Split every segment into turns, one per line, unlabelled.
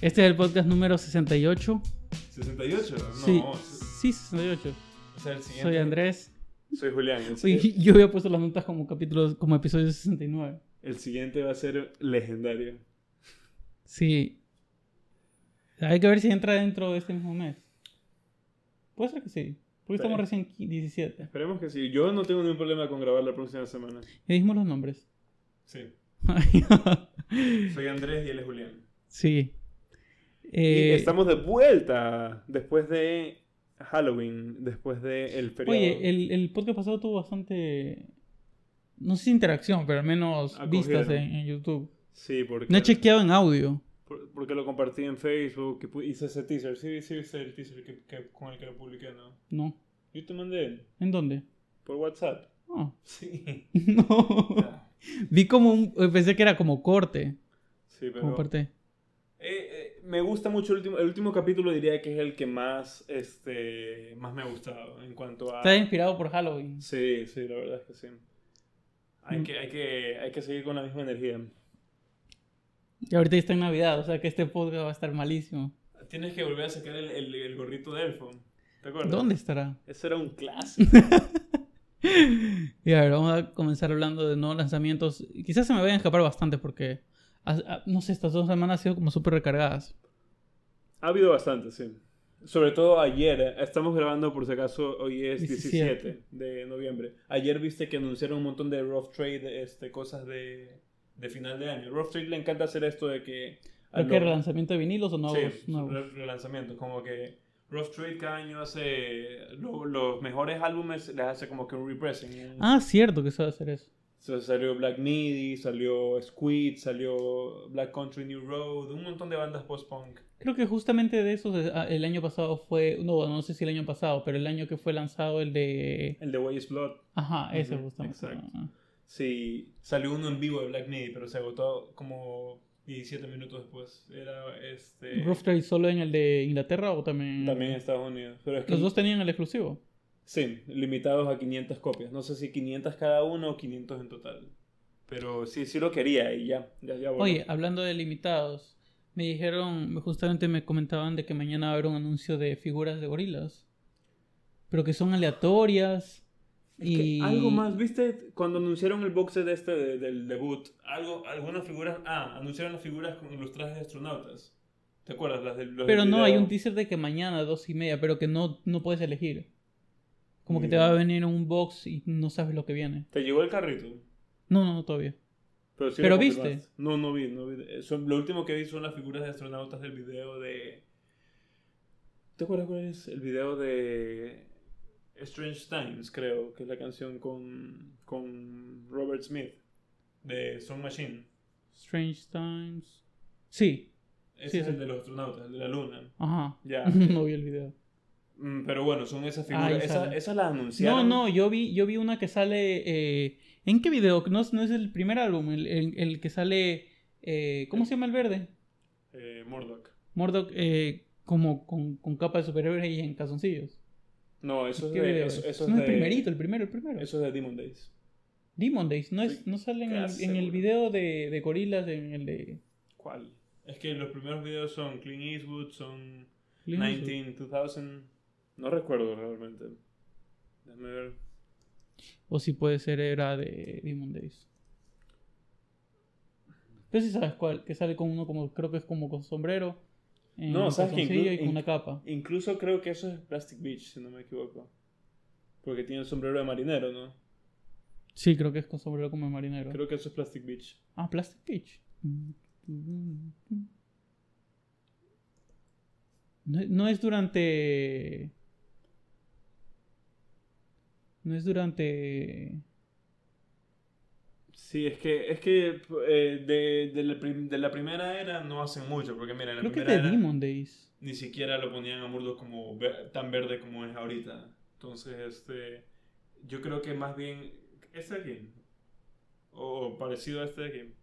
Este es el podcast número 68.
68, no.
Sí, sí, 68.
O sea, el siguiente.
Soy Andrés.
Soy Julián. El,
Oye,
siguiente-
yo había puesto las notas como capítulos, como episodio 69.
el siguiente va a ser legendario.
Sí. Hay que ver si entra dentro de este mismo mes. Puede ser que sí. Porque estamos
Sí.
recién qui- 17.
Esperemos que sí. Yo no tengo ningún problema con grabar la próxima semana.
Ya dijimos los nombres.
Sí.
Ay,
Soy Andrés y él es Julián.
sí.
Y
Eh,
estamos de vuelta después de Halloween, después de el feriado.
Oye, el, el podcast pasado tuvo bastante. No sé si interacción, pero al menos
Acogieron.
vistas en, en YouTube.
Sí, porque,
No he chequeado en audio.
por- porque lo compartí en Facebook y pu- hice ese teaser. Sí, sí, viste el teaser que- que- con el que lo publiqué, ¿no?
No.
Yo te mandé
¿En dónde?
por WhatsApp.
Ah,
Sí.
no. Vi como un. eh, Pensé que era como corte.
Sí, pero...
Como parte.
Eh, eh, me gusta mucho el último, el último capítulo, diría que es el que más, este, más me ha gustado en cuanto a...
Está inspirado por Halloween.
Sí, sí, la verdad es que sí. Hay,
Mm.
que, hay, que, hay que seguir con la misma energía.
Y ahorita está en Navidad, o sea que este podcast va a estar malísimo.
Tienes que volver a sacar el, el, el gorrito de elfo. ¿Te acuerdas?
¿Dónde estará?
Eso era un clásico.
Y a ver, vamos a comenzar hablando de nuevos lanzamientos. Quizás se me vayan a escapar bastante porque, ah, ah, no sé, estas dos semanas han sido como súper recargadas.
ha habido bastante, sí. Sobre todo ayer, eh, estamos grabando por si acaso, hoy es 17,
17
de noviembre. Ayer viste que anunciaron un montón de rough trade, este, cosas de, de final de año. Rough trade le encanta hacer esto de que...
Creo que relanzamiento de vinilos o nuevos.
Ah, sí,
nuevos.
re- relanzamientos, como que Rough Trade cada año hace lo- los mejores álbumes, les hace como que un repressing.
Ah, cierto que sabe hacer eso.
So, salió Black Midi, salió Squid, salió Black Country New Road, un montón de bandas post-punk.
Creo que justamente de esos eh, ah, el año pasado fue, no, no sé si el año pasado, pero el año que fue lanzado el de...
El de Way is Blood.
Ajá, ese
Ujú,
justamente.
exacto.
Ah.
Sí, salió uno en vivo de Black Midi, pero se agotó como 17 minutos después. Era este...
¿Rough Trade solo en el de Inglaterra o también...
También en Estados Unidos. Pero es que,
Los dos tenían el exclusivo.
Sí, limitados a 500 copias. No sé si 500 cada uno o 500 en total. Pero sí, sí lo quería y ya. ya, ya voló.
Oye, hablando de limitados, me dijeron, justamente me comentaban de que mañana va a haber un anuncio de figuras de gorilas, pero que son aleatorias
Es
y...
que algo más, ¿viste? Cuando anunciaron el box set este de- del debut, algo, algunas figuras, ah, anunciaron las figuras con los trajes de astronautas. ¿Te acuerdas? Las del, los
Pero
del
no, hay
video?
un teaser de que mañana dos y media, pero que no, no puedes elegir. Como que te va a venir un box y no sabes lo que viene.
Te llegó el carrito.
No, no, no, todavía.
Pero, sí
Pero
lo
viste.
confirmaste. No, no vi, no vi. Eh, son- lo último que vi son las figuras de astronautas del video de... ¿Te acuerdas cuál es? El video de Strange Times, creo, que es la canción con, con Robert Smith, de Song Machine.
Strange Times. Sí,
Ese
Sí,
es
sí.
el de los astronautas, el de la luna.
ajá.
Ya.
no vi el video.
Mm, pero bueno, son esas
Ah,
figuras.
ahí
Esa-
sale.
esas las anunciaron.
No, no, yo vi, yo vi una que sale. eh, ¿En qué video? No, es- no es el primer álbum, el, el- el que sale. eh, ¿Cómo se llama el verde?
Eh, Murdoch.
Mordok, eh, como con, con capa de superhéroe y en calzoncillos.
No, eso es
¿Qué
de.
video
Eso,
es?
eso es
no,
de
el primerito, el primero, el primero.
Eso es de Demon Days.
Demon Days, no, es,
Estoy
no sale en el,
casi
en el
seguro.
video de, de Gorilas, en el de.
¿Cuál? Es que los primeros videos son Clean Eastwood, son
Clint Eastwood.
19, 2000. No recuerdo realmente. Déjame ver.
O si puede ser, era de Demon Days. Pero si sabes cuál, que sale con uno como, creo que es como con sombrero. en
No, sabes que
calzoncillo
inclu-
y con
inc-
una capa.
Incluso creo que eso es Plastic Beach, si no me equivoco. Porque tiene el sombrero de marinero, ¿no?
Sí, creo que es con sombrero como de marinero.
Creo que eso es Plastic Beach.
Ah, Plastic Beach. No, no es durante. No es durante.
Sí, es que, es que eh, de, de la prim- de la primera era no hacen mucho, porque mira, en la
Creo que es
primera
de
era-
Demon Days.
ni siquiera lo ponían a Murdoch como ver- tan verde como es ahorita. Entonces, este, yo creo que más bien este de aquí, o parecido a este de aquí,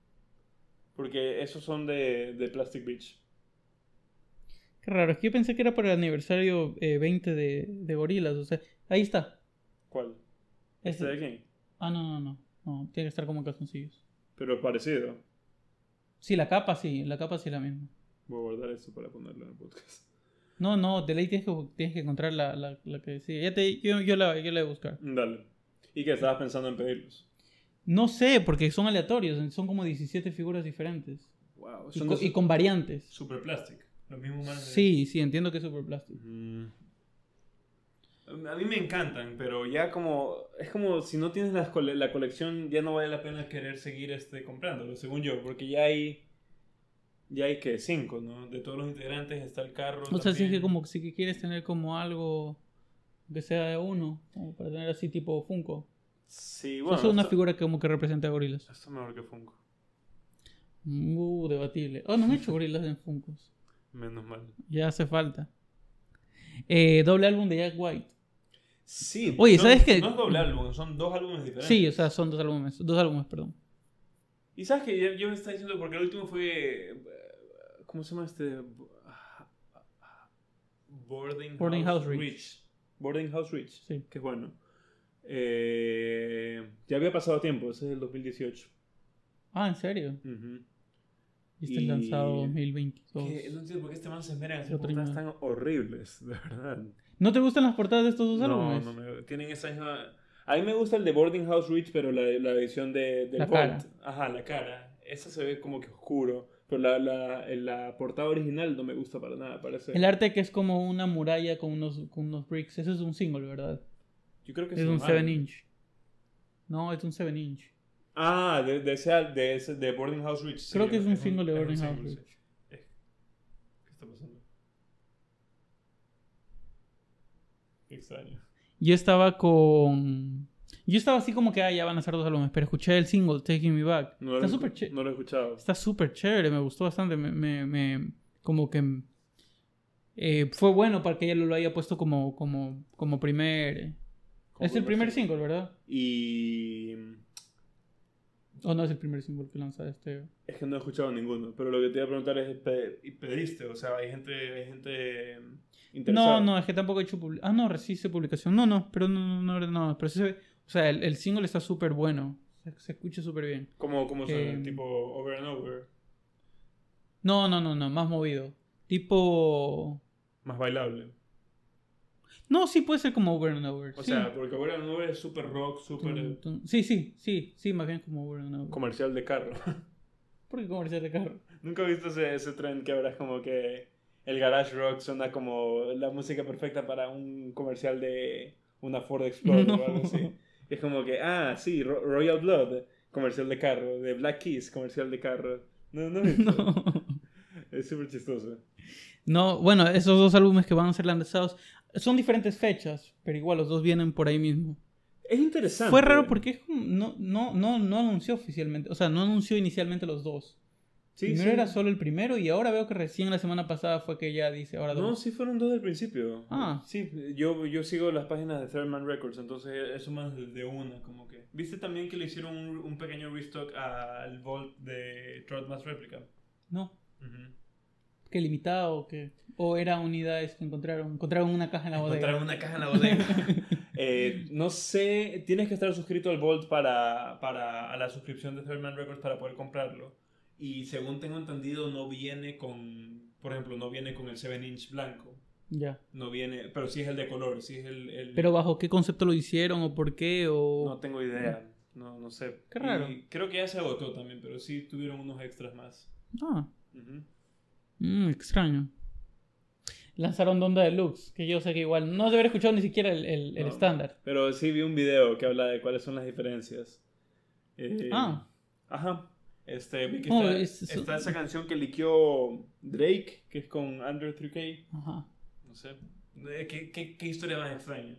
porque esos son de, de Plastic Beach.
Qué raro, es que yo pensé que era por el aniversario eh, 20 de, de Gorilas. O sea, ahí está.
¿Cuál? Este de
Ese.
aquí,
Ah, no, no, no. No, tiene que estar como en calzoncillos.
pero parecido.
Sí, la capa sí, la capa sí es la misma.
Voy a guardar eso para ponerlo en el podcast.
No, no, de ley tienes que, tienes que encontrar la, la, la que decía. Ya te, yo, yo la, yo la voy a buscar.
Dale. ¿Y qué estabas pensando en pedirlos?
No sé, porque son aleatorios, son como 17 figuras diferentes.
Wow.
Y,
Son
co- y con variantes.
Super Plastic. Los mismos manes de-
Sí, sí, entiendo que es super plástico.
Mm. A mí me encantan, pero ya como. Es como si no tienes las cole- la colección, ya no vale la pena querer seguir este, comprándolo, según yo, porque ya hay. Ya hay que cinco, ¿no? De todos los integrantes está el carro.
O sea, si es que
también.
como si que quieres tener como algo que sea de uno, como para tener así tipo Funko.
Sí,
O sea,
bueno.
es una
esto-
figura que como que representa a gorilas.
esto es mejor que Funko.
Uh, debatible. Oh, no han hecho gorilas en Funkos.
Menos mal.
Ya hace falta. Eh, doble álbum de Jack White.
Sí,
Oye,
son-
¿sabes qué?
No es doble álbum, son dos álbumes diferentes.
Sí, o sea, son dos álbumes, dos álbumes, perdón.
Y sabes que yo, yo me estaba diciendo porque el último fue. eh, ¿Cómo se llama este? Boarding,
Boarding House Reach.
Boarding House Reach.
Sí.
Que es bueno. Eh, ya había pasado tiempo, ese es el 2018.
Ah, ¿en serio?
Ujú.
Y está
Y-
lanzado
Que no
2022.
entiendo por qué este man se esmera en hacer
Lo primero.
portadas tan horribles, de verdad.
¿No te gustan las portadas de estos dos
No,
álbumes?
no me, tienen esa misma. A mí me gusta el de Boarding House Reach, pero la, la edición de, del
La
Vault.
cara.
Ajá, la cara. Esa se ve como que oscuro. Pero la, la, la portada original no me gusta para nada, parece.
El arte que es como una muralla con unos, con unos bricks. Eso es un single, ¿verdad?
Yo creo que
Es un
normal.
7 inch. No, es un 7 inch.
Ah, de, de, ese, al- de, ese- de Boarding House Reach.
Creo que es un single de
es
Boarding House
single,
Reach.
sí. Eh, ¿Qué está pasando? Qué extraño.
Yo estaba con. Yo estaba así como que, ah, ya van a ser dos álbumes, pero escuché el single, Taking Me Back.
No lo,
está
he-
súper chévere.
no lo he escuchado.
Está súper chévere, me gustó bastante. Me, me- me- como que. eh, fue bueno para que ella lo haya puesto como, como, como primer.
Como
Es el primer
single.
single, ¿verdad?
Y.
O no es el primer single que lanza este.
Es que no he escuchado ninguno, pero lo que te iba a preguntar es, pe- ¿y pediste? O sea, hay gente, hay gente eh, interesada.
No, no, es que tampoco he hecho publi- Ah, no, sí hice publicación. No, no, pero no, no, no, no, pero sí se ve- O sea, el, el single está súper bueno. Se, se escucha súper bien.
Como, como son,
Eh,
tipo over and over,
No, no, no, no, más movido. Tipo.
más bailable.
No, sí puede ser como Over and Over.
O
sí.
sea, porque over and over es súper rock, súper
Tum,
eh,
tum. Sí, sí, sí, sí, más bien como Over and Over.
comercial de carro.
¿Por qué comercial de carro?
Nunca he visto ese, ese tren que ahora es como que el garage rock suena como la música perfecta para un comercial de una Ford Explorer
No.
o algo así. Es como que, ah, sí, Ro- Royal Blood, comercial de carro, de Black Keys, comercial de carro. No, no, es-
No.
es súper chistoso.
No, bueno, esos dos álbumes que van a ser lanzados son diferentes fechas, pero igual los dos vienen por ahí mismo.
Es interesante.
Fue raro porque es como- no, no, no, no anunció oficialmente, o sea, no anunció inicialmente los dos.
Sí,
primero
sí.
era solo el primero y ahora veo que recién la semana pasada fue que ya dice ahora
No,
dos.
sí fueron dos del principio.
Ah.
Sí, yo, yo sigo las páginas de Third Man Records, entonces eso más de- de una, como que. ¿Viste también que le hicieron un, un pequeño restock al Vault de Trotmas Replica?
No,
Ujú.
que limitado, que o era unidades que encontraron, encontraron una caja en la bodega.
Encontraron una caja en la bodega. Eh, no sé, tienes que estar suscrito al Vault para, para a la suscripción de Third Man Records para poder comprarlo. Y según tengo entendido, no viene con, por ejemplo, no viene con el 7-inch blanco.
Ya.
No viene, pero sí es el de color, sí es el... el-
Pero bajo qué concepto lo hicieron o por qué o
No tengo idea, no, no sé.
Qué raro.
Y creo que ya se agotó también, pero sí tuvieron unos extras más.
Ah,
Ujú.
mm, extraño. Lanzaron Donda Deluxe, que yo sé que igual no debería escuchado ni siquiera el- el el
No.
estándar.
Pero sí vi un video que habla de cuáles son las diferencias. Eh,
Ah.
Ajá. Este, vi que
No,
está,
es- es-
está esa canción que liqueó Drake, que es con Under 3K.
Ajá.
No sé. Eh, ¿Qué, qué, qué historia más extraña?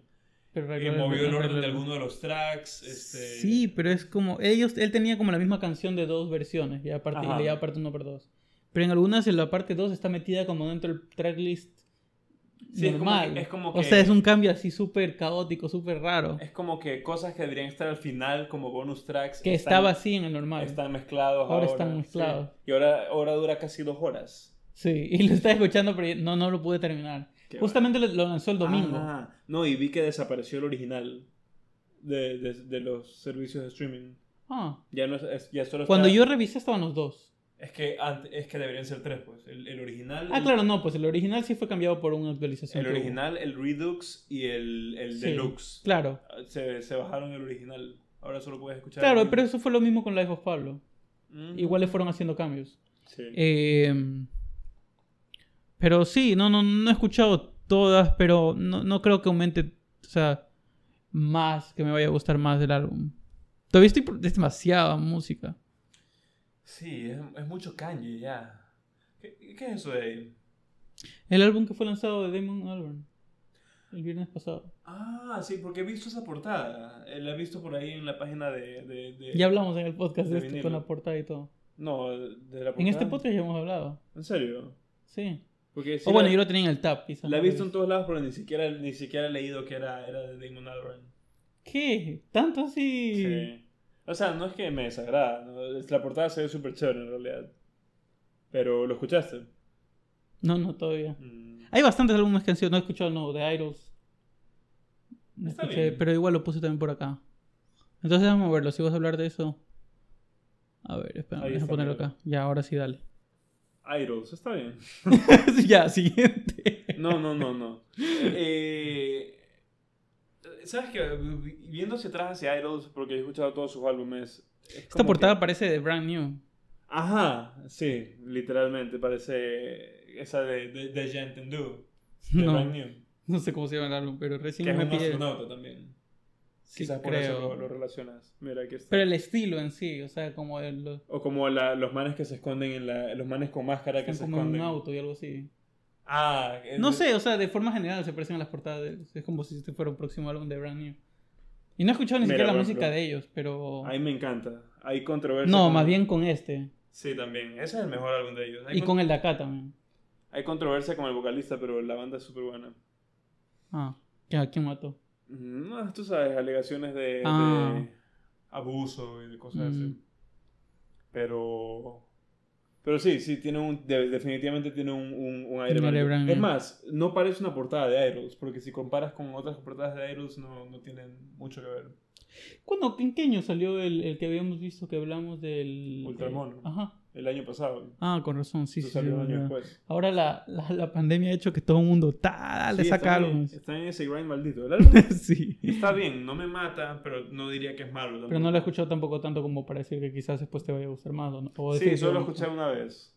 Pero
Que
recuerdo-
movió el orden de
recuerdo-
alguno de los tracks. Este...
Sí, pero es como ellos él tenía como la misma canción de dos versiones, ya parte
Ajá.
y ya parte 1 por 2. Pero en algunas en la parte 2 está metida como dentro del tracklist
Sí, es como
normal.
que- es como
O
que-
sea, es un cambio así súper caótico, súper raro,
Es como que cosas que deberían estar al final como bonus tracks.
que
están-
estaba así en el normal.
Están mezclados ahora.
Ahora están
sí.
mezclados.
Y ahora, ahora dura casi dos horas.
Sí, y lo estaba escuchando pero no no lo pude terminar.
Qué
Justamente lo- lo lanzó el domingo.
Ah, no, y vi que desapareció el original de, de- de los servicios de streaming.
Ah.
Ya no es- es- ya solo
Cuando
está-
yo revisé estaban los dos.
Es que, ant- es que deberían ser tres, pues. El, el original.
Ah, claro, no, pues el original sí fue cambiado por una actualización.
El
que hubo.
original, el Redux y el, el
Sí.
Deluxe.
Claro,
Se, se bajaron el original. Ahora solo puedes escuchar.
claro,
el-
pero eso fue lo mismo con Life of Pablo.
Mm.
Igual le fueron haciendo cambios.
Sí.
Eh, pero sí, no, no, no he escuchado todas, pero no, no creo que aumente, o sea, más, que me vaya a gustar más del álbum. Todavía estoy por- es demasiada música.
Sí, es, es mucho Kanye ya. ¿Qué, qué es eso de ahí?
El álbum que fue lanzado de Damon Albarn el viernes pasado.
Ah, sí, porque he visto esa portada. Eh, La he visto por ahí en la página de. de- de-
Ya hablamos en el podcast de
Eh, de
esto
vinilo.
con la portada y todo.
No, de la portada.
En este podcast ya hemos hablado.
¿En serio?
Sí.
Porque sí
o bueno,
la,
yo lo tenía en el tab, quizás.
la he
no
visto
lo
en todos lados, pero ni siquiera, ni siquiera he leído que era, era de Damon Albarn.
¿Qué? ¿Tanto así?
Sí. O sea, no es que me desagrada. ¿no? Es- La portada se ve súper chévere en realidad. Pero lo escuchaste.
No, no, todavía.
Mm.
Hay bastantes álbumes que han sido. No he escuchado el nuevo de Idols. No
Está
escuché,
bien.
pero igual lo puse también por acá. Entonces vamos a verlo. Si vas a hablar de eso. A ver, espera,
Ahí
déjame
está,
ponerlo
mira.
acá. Ya, ahora sí, dale.
Idols, está bien.
Sí, ya, siguiente.
No, no, no, no. Eh, ¿Sabes qué? Viendo hacia atrás hacia Idols, porque he escuchado todos sus álbumes. es
Esta
como
portada
que-
parece de Brand New.
Ajá, sí, literalmente. Parece esa de, de, de Gent and Do. De
No.
Brand New.
No sé cómo se llama el álbum, pero recién
Que es
me
un
pillé.
astronauta también.
Sí,
Quizás por eso
creo.
lo, lo relacionas. Mira, aquí está.
Pero el estilo en sí, o sea, como el, los-
O como la- los manes que se esconden en la. Los manes con máscara que
están
se
como en un
esconden.
auto y algo así.
Ah, es-
No sé, o sea, de forma general se parecen a las portadas. de- es como si este fuera un próximo álbum de Brand New. Y no he escuchado ni
Mira,
siquiera la
por
música
ejemplo,
de ellos, pero.
A mí me encanta. Hay controversia.
No,
con-
más bien con este.
Sí, también. Ese es el mejor álbum de ellos. Hay
Y
con-
con el de acá también.
Hay controversia con el vocalista, pero la banda es súper buena.
Ah, ¿qué- ¿a quién mató?
No, ah, tú sabes, alegaciones de,
Ah.
de abuso y de cosas
Mm.
así. Pero. Pero sí, sí, tiene un, de- definitivamente tiene un, un, un aire
Un aire
brand new.
brand new.
Es más, no parece una portada de Idols, porque si comparas con otras portadas de Idols no, no tienen mucho que ver.
¿Cuándo, en qué año salió el, el que habíamos visto que hablamos del.
Ultramono.
Ajá.
El año pasado,
Ah, con razón, sí,
eso
sí. sí,
salió un año
verdad.
después.
Ahora la, la, la pandemia ha hecho que todo el mundo. ¡Ta! Ah, Le
Sí,
saca
están en-
álbumes.
Están en ese grind maldito. El álbum
sí.
está bien, no me mata, pero no diría que es malo.
Pero no
tampoco.
la he escuchado tampoco tanto como para decir que quizás después te vaya a gustar más. ¿o no? O
Sí,
decir
solo
que-
lo escuché una vez.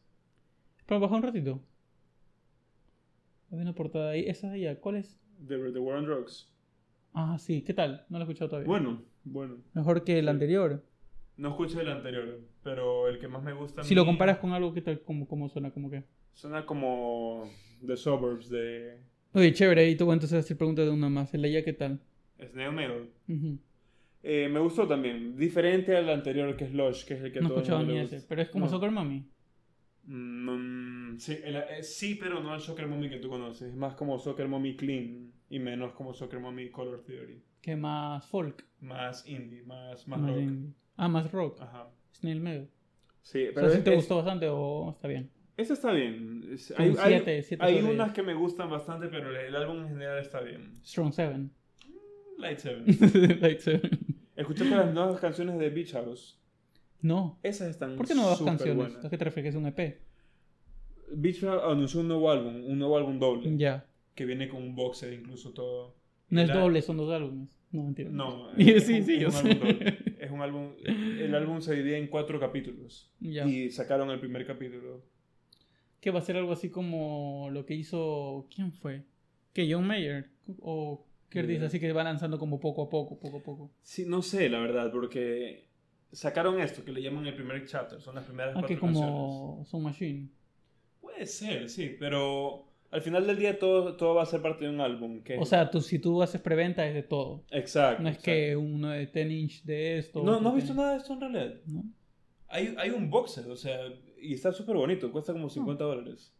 Pero baja un ratito. Había una portada ahí. Esa de allá, ¿cuál es?
The, The War on Drugs.
Ah, sí, ¿qué tal? No la he escuchado todavía.
Bueno, bueno.
Mejor que el
Sí.
anterior.
No escuché el anterior, pero el que más me gusta. a
Si
mí
lo comparas con algo, ¿qué tal? ¿Cómo, cómo suena? ¿Cómo que?
Suena como The Suburbs de
Oye, chévere, y tú bueno, entonces hacer preguntas de uno más. El de allá, ¿qué tal?
Snail Mail.
Ujú.
Eh, me gustó también. Diferente al anterior que es Lush, que es el que a
No he
todo el
escuchado
mundo
ni
le
ese,
gusta.
pero es como
No.
Soccer Mami.
Mm, sí, el- eh, sí, pero no el Soccer Mommy que tú conoces. Es más como Soccer Mommy Clean y menos como Soccer Mommy Color Theory.
Que más folk.
Más indie, más, más, rock.
indie. Ah, más rock.
Ajá.
Snail Mail.
Sí,
Pero
pero
o sea, ¿sí
es-
te
es-
gustó bastante o está bien.
esa está bien. Es-
Como
Hay, hay-
siete- siete
hay
sobre
unas
diez.
que me gustan bastante, pero el- el álbum en general está bien.
Strong Seven.
Light Seven.
Like Seven.
¿Escuchaste las nuevas canciones de Beach House?
No.
Esas están
¿Por qué no dos
súper
canciones? ¿A
buenas.
qué te refieres? ¿Es un E EP?
Beach House anunció un nuevo álbum, un nuevo álbum doble,
Ya.
que viene con un boxer incluso todo.
No es
La-
doble, son dos álbumes. No, mentira.
No,
Y-
es
sí,
un-
sí, yo
es un
sé.
álbum doble. Es un álbum, el álbum se divide en cuatro capítulos
Ya.
y sacaron el primer capítulo.
Que va a ser algo así como lo que hizo. ¿Quién fue? ¿Que John Mayer? ¿O Curtis?
Ya.
Así que va lanzando como poco a poco, poco a poco.
Sí, no sé, la verdad, porque sacaron esto que le llaman el primer chapter, son las primeras
Ah, que
cuatro canciones.
como Son Machine.
Puede ser, sí, pero al final del día todo, todo va a ser parte de un álbum. Que...
O sea, tú, si tú haces preventa es de todo.
exacto.
No es que uno de 10 inch de esto.
No,
otro
¿No has
de-
visto nada de esto en realidad?
¿No?
Hay, hay un boxer, o sea, y está súper bonito, cuesta como 50 dólares.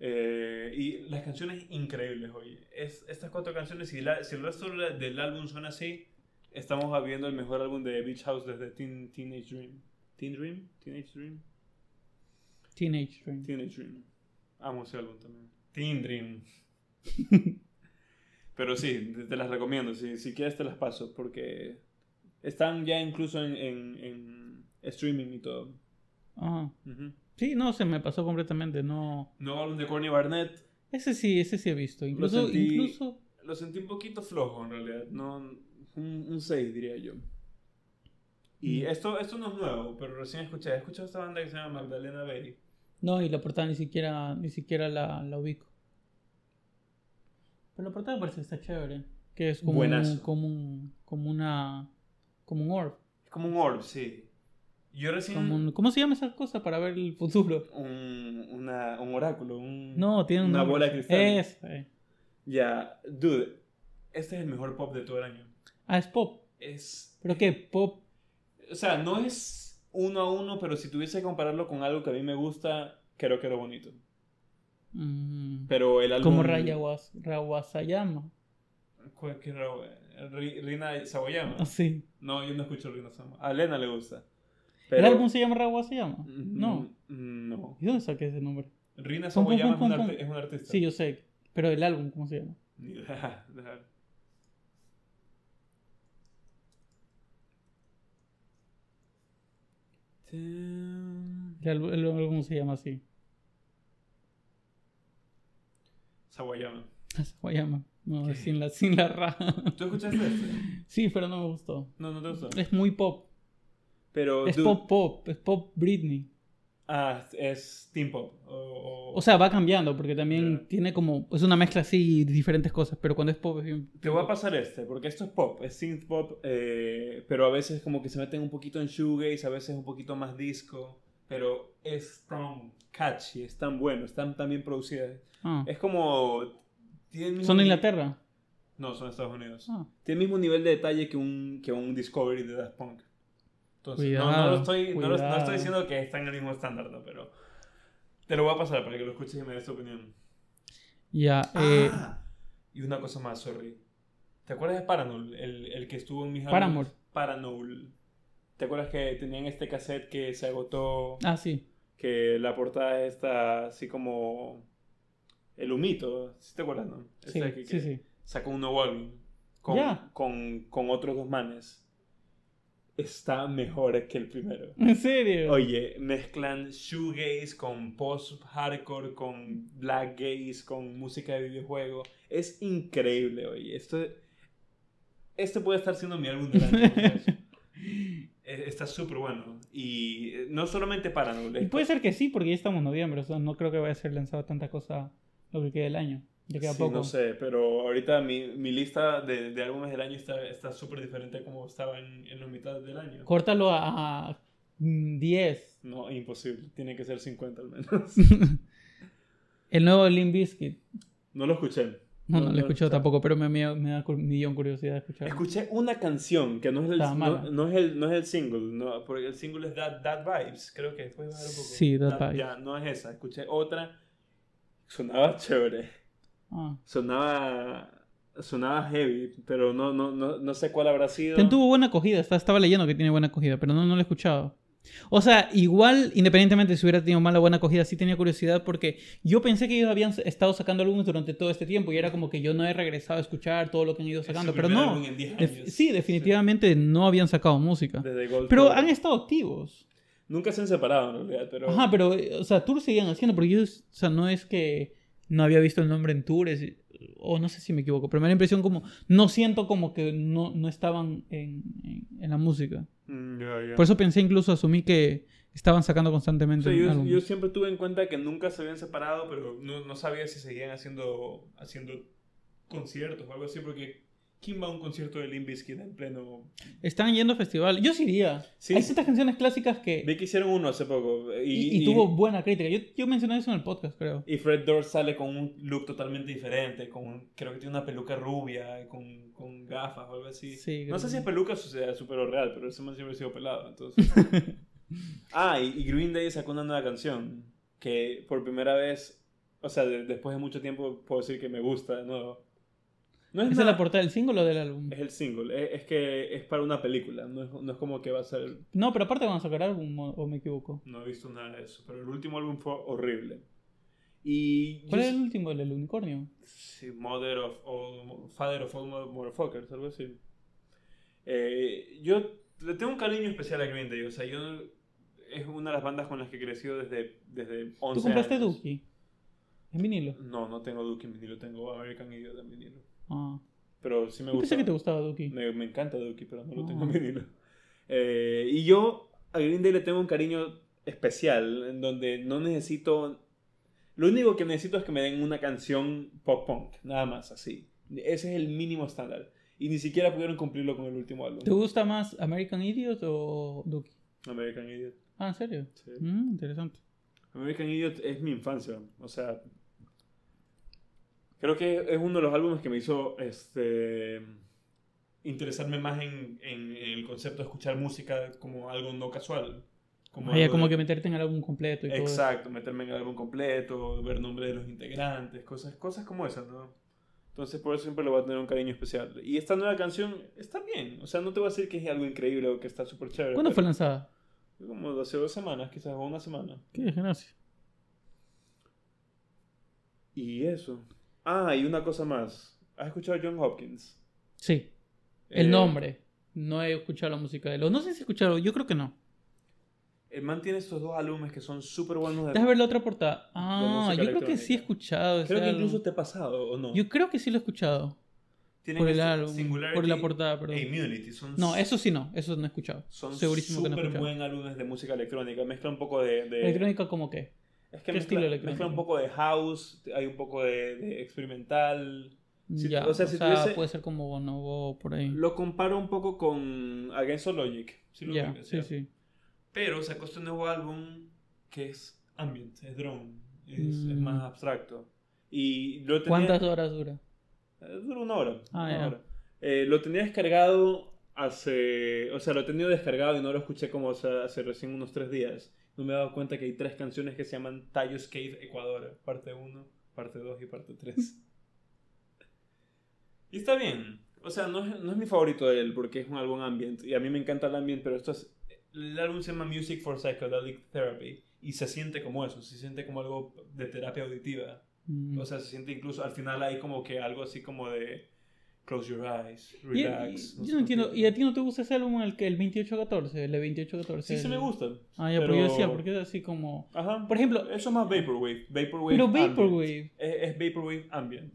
Eh, y las canciones increíbles, oye. Es, estas cuatro canciones, si, la- si el resto de la- del álbum suena así, estamos viendo el mejor álbum de Beach House desde Teen, Teenage Dream. ¿Teen Dream? ¿Teenage Dream?
Teenage Dream.
Teenage Dream. Amo ese álbum también. Teen Dream. Pero sí, te, te las recomiendo. Si, si quieres, te las paso. Porque están ya incluso en, en- en streaming y todo.
Ajá.
Ujú.
Sí, no, se me pasó completamente. No.
No hablan de Corny Barnett.
Ese sí, ese sí he visto. Incluso,
sentí-
incluso.
Lo sentí un poquito flojo en realidad. No, un 6 diría yo.
Mm.
Y esto, esto no es nuevo, pero recién escuché. He escuchado esta banda que se llama Magdalena Berry.
No, y la portada ni siquiera, ni siquiera la, la ubico. Pero la portada parece que está chévere. Que es como, un,
Buenazo.
como un. como una. como un orb.
Es como un orb, sí. Yo recién...
Como un- ¿Cómo se llama esa cosa para ver el futuro?
un, una- un oráculo, un,
No, tiene un
una
nombre.
bola de cristal.
Es. eh.
Ya, dude, este es el mejor pop de todo el año.
Ah, es pop.
Es,
¿Pero qué? Pop.
o sea, no es uno a uno, pero si tuviese que compararlo con algo que a mí me gusta, creo que era bonito.
mm,
Pero el álbum...
como Raya Was- Rawasayama.
¿Cuál- qué era? Ri- Rina Sawayama.
Así.
No, yo no escucho Rina Sawayama. A Elena le gusta.
¿El álbum se llama Rawasayama? No.
Mm, No.
¿Y dónde saqué ese nombre?
Rina
Pum, pum,
Sawayama
pum,
es, un
pum,
arti-
pum.
es un artista.
Sí, yo sé. Pero el álbum, ¿cómo se llama?
Ni idea, dejar.
El, álbum- el álbum se llama así.
Sawayama.
Sawayama. No,
¿Qué?
sin la, sin la ra.
¿Tú escuchaste este?
Sí, pero no me gustó.
No, no te gustó.
Es muy pop.
Pero.
Es
Oh, dude-
pop pop. Es pop Britney.
Ah, es Team Pop. O, o-
O sea, va cambiando porque también
Ya.
tiene como. Es una mezcla así de diferentes cosas. Pero cuando es pop es bien.
te voy a pasar este, porque esto es pop, es synth pop, eh, pero a veces como que se meten un poquito en shoegaze, a veces un poquito más disco, pero es tan catchy, es tan bueno, están tan bien producidas.
Ah.
Es como... tiene el mismo
Son de
ni-
Inglaterra.
No, son de Estados Unidos.
Ah.
Tiene el mismo nivel de detalle que un, que un Discovery de Daft Punk. Entonces, no- no,
Cuidado,
lo estoy, no, lo- no
cuidado.
estoy diciendo que está en el mismo estándar, ¿no? pero te lo voy a pasar para que lo escuches y me des tu opinión.
Ya. eh,
Ah, y una cosa más, sorry. ¿Te acuerdas de Paranol? El, el que estuvo en mis
Paramore.
álbumes? Paranol. ¿Te acuerdas que tenían este cassette que se agotó?
ah, sí.
Que la portada está así como. El humito. ¿Sí te acuerdas, no?
Sí,
Este que-
sí,
que-
sí.
sacó un nuevo álbum con,
Ya.
con, con otros dos manes. Está mejor que el primero.
¿En serio?
Oye, mezclan shoegaze con post-hardcore, con black gaze, con música de videojuego. Es increíble, oye. Esto, este puede estar siendo mi álbum del año. muchachos. Eh, Está súper bueno. Y eh, no solamente para
Y puede ser que sí, porque ya estamos en noviembre, o sea, no creo que vaya a ser lanzado tanta cosa lo que queda del año. Ya queda
Sí,
poco.
no sé, pero ahorita mi, mi lista de, de álbumes del año está está súper diferente a como estaba en, en la mitad del año.
Córtalo a a, mm, 10.
No, imposible. Tiene que ser 50 al menos.
El nuevo Limp Bizkit.
No lo escuché.
No, no,
No,
lo
no
he
lo
escuchado
escuchaba.
tampoco, pero me, me, me da cu- un millón curiosidad escucharlo.
Escuché una canción que no es el,
Estaba
no,
mala.
no es el, no es el single, no, porque el single es That, That Vibes, creo que después bajar un poco.
Sí, That Vibes.
Ya, no es esa. Escuché otra. Sonaba chévere.
Ah.
Sonaba, sonaba heavy, pero no, no, no, no sé cuál habrá sido.
Ten tuvo buena acogida, está- estaba leyendo que tiene buena acogida, pero no, no lo he escuchado. O sea, igual, independientemente de si hubiera tenido mala o buena acogida, sí tenía curiosidad porque yo pensé que ellos habían estado sacando álbumes durante todo este tiempo y era como que yo no he regresado a escuchar todo lo que han ido
Es su
sacando, pero
primer
no.
álbum en 10
Def-
años.
sí, definitivamente no habían sacado música.
Desde Gold
Pero
Coast.
han estado activos.
Nunca se han separado en realidad, pero.
Ajá, pero, eh, o sea, tours seguían haciendo, porque yo, o sea, no es que no había visto el nombre en tours, eh, o no sé si me equivoco, pero me da la impresión como, no siento como que no, no estaban en, en- en la música.
Mm, ya, ya.
Por eso pensé, incluso asumí que estaban sacando
O
constantemente
sea, yo,
álbumes.
yo siempre tuve en cuenta que nunca se habían separado, pero no, no sabía si seguían haciendo, haciendo conciertos o algo así, porque ¿quién va a un concierto de Limp Bizkit en pleno...?
Están yendo a festival. Yo sí iría.
Sí.
Hay ciertas canciones clásicas que...
Vi que hicieron uno hace poco, eh, y,
Y, y tuvo buena crítica. Yo, yo mencioné eso en el podcast, creo.
y Fred Durst sale con un look totalmente diferente, con un- creo que tiene una peluca rubia, y con, con gafas o algo así.
Sí,
no sé
creo.
si es peluca o sea súper real, pero ese man siempre ha sido pelado, entonces... ah, y, y Green Day sacó una nueva canción, que por primera vez, o sea, de- después de mucho tiempo puedo decir que me gusta de nuevo. No es,
¿Esa es
nada-
la portada del single o del álbum?
es el single, es, es que es para una película, no es, no es como que va a ser...
No, pero aparte van a sacar álbum, o, o me equivoco.
No he visto nada de eso, pero el último álbum fue horrible. Y...
¿Cuál
yo-
es el último? ¿El del unicornio?
Sí, Mother of All, Father of All Motherfuckers, algo así. Eh, yo le tengo un cariño especial a Green Day, o sea, yo es una de las bandas con las que he crecido desde, desde 11
¿Tú compraste
años.
Duki? En vinilo.
No, no tengo Duki en vinilo, tengo American Idiot en vinilo.
Ah.
Pero sí me
Yo
gusta.
pensé que te gustaba Duki.
Me, me encanta Duki, pero no lo
Ah.
tengo en vinilo. Eh, y yo a Green Day le tengo un cariño especial, en donde no necesito... Lo único que necesito es que me den una canción pop punk, nada más, así. Ese es el mínimo estándar. Y ni siquiera pudieron cumplirlo con el último álbum.
¿Te gusta más American Idiot o Duki?
American Idiot.
Ah, ¿en serio?
sí.
Mm, interesante.
American Idiot es mi infancia. O sea, creo que es uno de los álbumes que me hizo este, interesarme más en, en el concepto de escuchar música como algo no casual.
Como, ah, ya,
algo
como
de-
que meterte en el álbum completo y todo. eso.
Exacto, meterme en el álbum completo, ver nombres de los integrantes, cosas, cosas como esas, ¿no? Entonces por eso siempre le voy a tener un cariño especial. Y esta nueva canción está bien. O sea, no te voy a decir que es algo increíble o que está súper chévere.
¿Cuándo fue
pero-
lanzada?
Como hace dos semanas, quizás, o una semana.
Qué desgracia.
Y eso. Ah, y una cosa más. ¿Has escuchado a John Hopkins?
Sí, el
Eh,
nombre. No he escuchado la música de él. O No sé si he escuchado, yo creo que no.
El man tiene estos dos álbumes que son súper buenos. De...
Déjame ver la otra portada. Ah,
música
yo creo que sí he
electrónica.
escuchado. ese
Creo que
álbum.
incluso te ha pasado, ¿o no?
Yo creo que sí lo he escuchado.
Tienen
Por el
este
álbum.
Singularity
Por la portada, perdón.
e Immunity. Son,
No, eso sí no. Eso no he escuchado.
son
Segurísimo que no he
súper
escuchado.
buen álbumes de música electrónica. Mezcla un poco de... de-
Electrónica como qué.
Es que
¿Qué
mezcla,
estilo electrónico?
mezcla un poco de house, hay un poco de, de experimental. Si-
ya,
o sea, si tuviese-
puede ser como Bonobo por ahí.
Lo comparo un poco con Against All Logic. si
ya,
lo ubicas,
sí,
ya.
sí.
Pero sacó este nuevo álbum que es ambient, es drone, es, es
Mm.
más abstracto. Y lo tenía,
¿Cuántas horas dura?
Eh, Dura una hora.
Ah,
una
ya.
hora. Eh, lo tenía descargado hace... O sea, lo tenía descargado y no lo escuché como o sea, hace recién unos tres días. No me he dado cuenta que hay tres canciones que se llaman Tallos Cave Ecuador. Parte 1, parte 2 y parte 3. y está bien. O sea, no es, no es mi favorito de él porque es un álbum ambient. Y a mí me encanta el ambient, pero esto es... El álbum se llama Music for Psychedelic Therapy. Y se siente como eso. Se siente como algo de terapia auditiva.
Mm.
O sea, se siente incluso al final hay como que algo así como de close your eyes,
Y- y-
relax. sé
yo no entiendo.
qué.
¿Y a ti no te gusta ese álbum, el, que- el 2814? El de 2814.
Sí, se
el-
me gusta.
Ah, ya, pero
pero-
yo decía, porque es así como.
Ajá.
Por ejemplo,
Eso es más Vaporwave. Vaporwave.
pero
ambient.
Vaporwave.
Es, es Vaporwave ambient.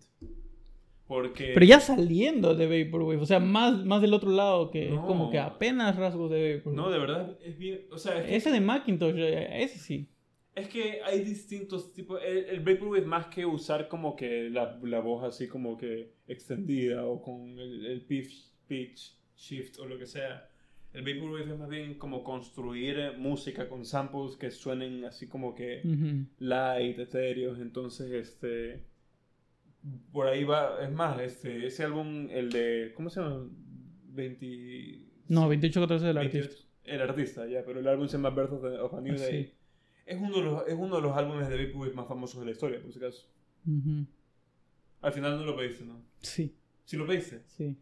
Porque.
Pero ya saliendo de Vaporwave, o sea, más, más del otro lado que es
No.
como que apenas rasgos de Vaporwave.
No, de verdad, es bien. O sea, es que,
Ese de Macintosh, eh, ese sí.
es que hay distintos tipos. El, el Vaporwave, más que usar como que la, la voz así como que extendida o con el, el pitch, pitch shift o lo que sea. El Vaporwave es más bien como construir eh, música con samples que suenen así como que
Ujú.
light, etéreos, entonces este por ahí va, es más, este ese álbum el de ¿cómo se llama? 20
No, 2814 del
28
artista. Ah,
el artista, ya, pero el álbum se llama Birth of, the- of a New
Sí.
Day. Es uno de los es uno de los álbumes de Vaporwave más famosos de la historia, por si acaso.
Ujú.
Al final no lo pediste, ¿no?
Sí,
Sí lo pediste.
sí.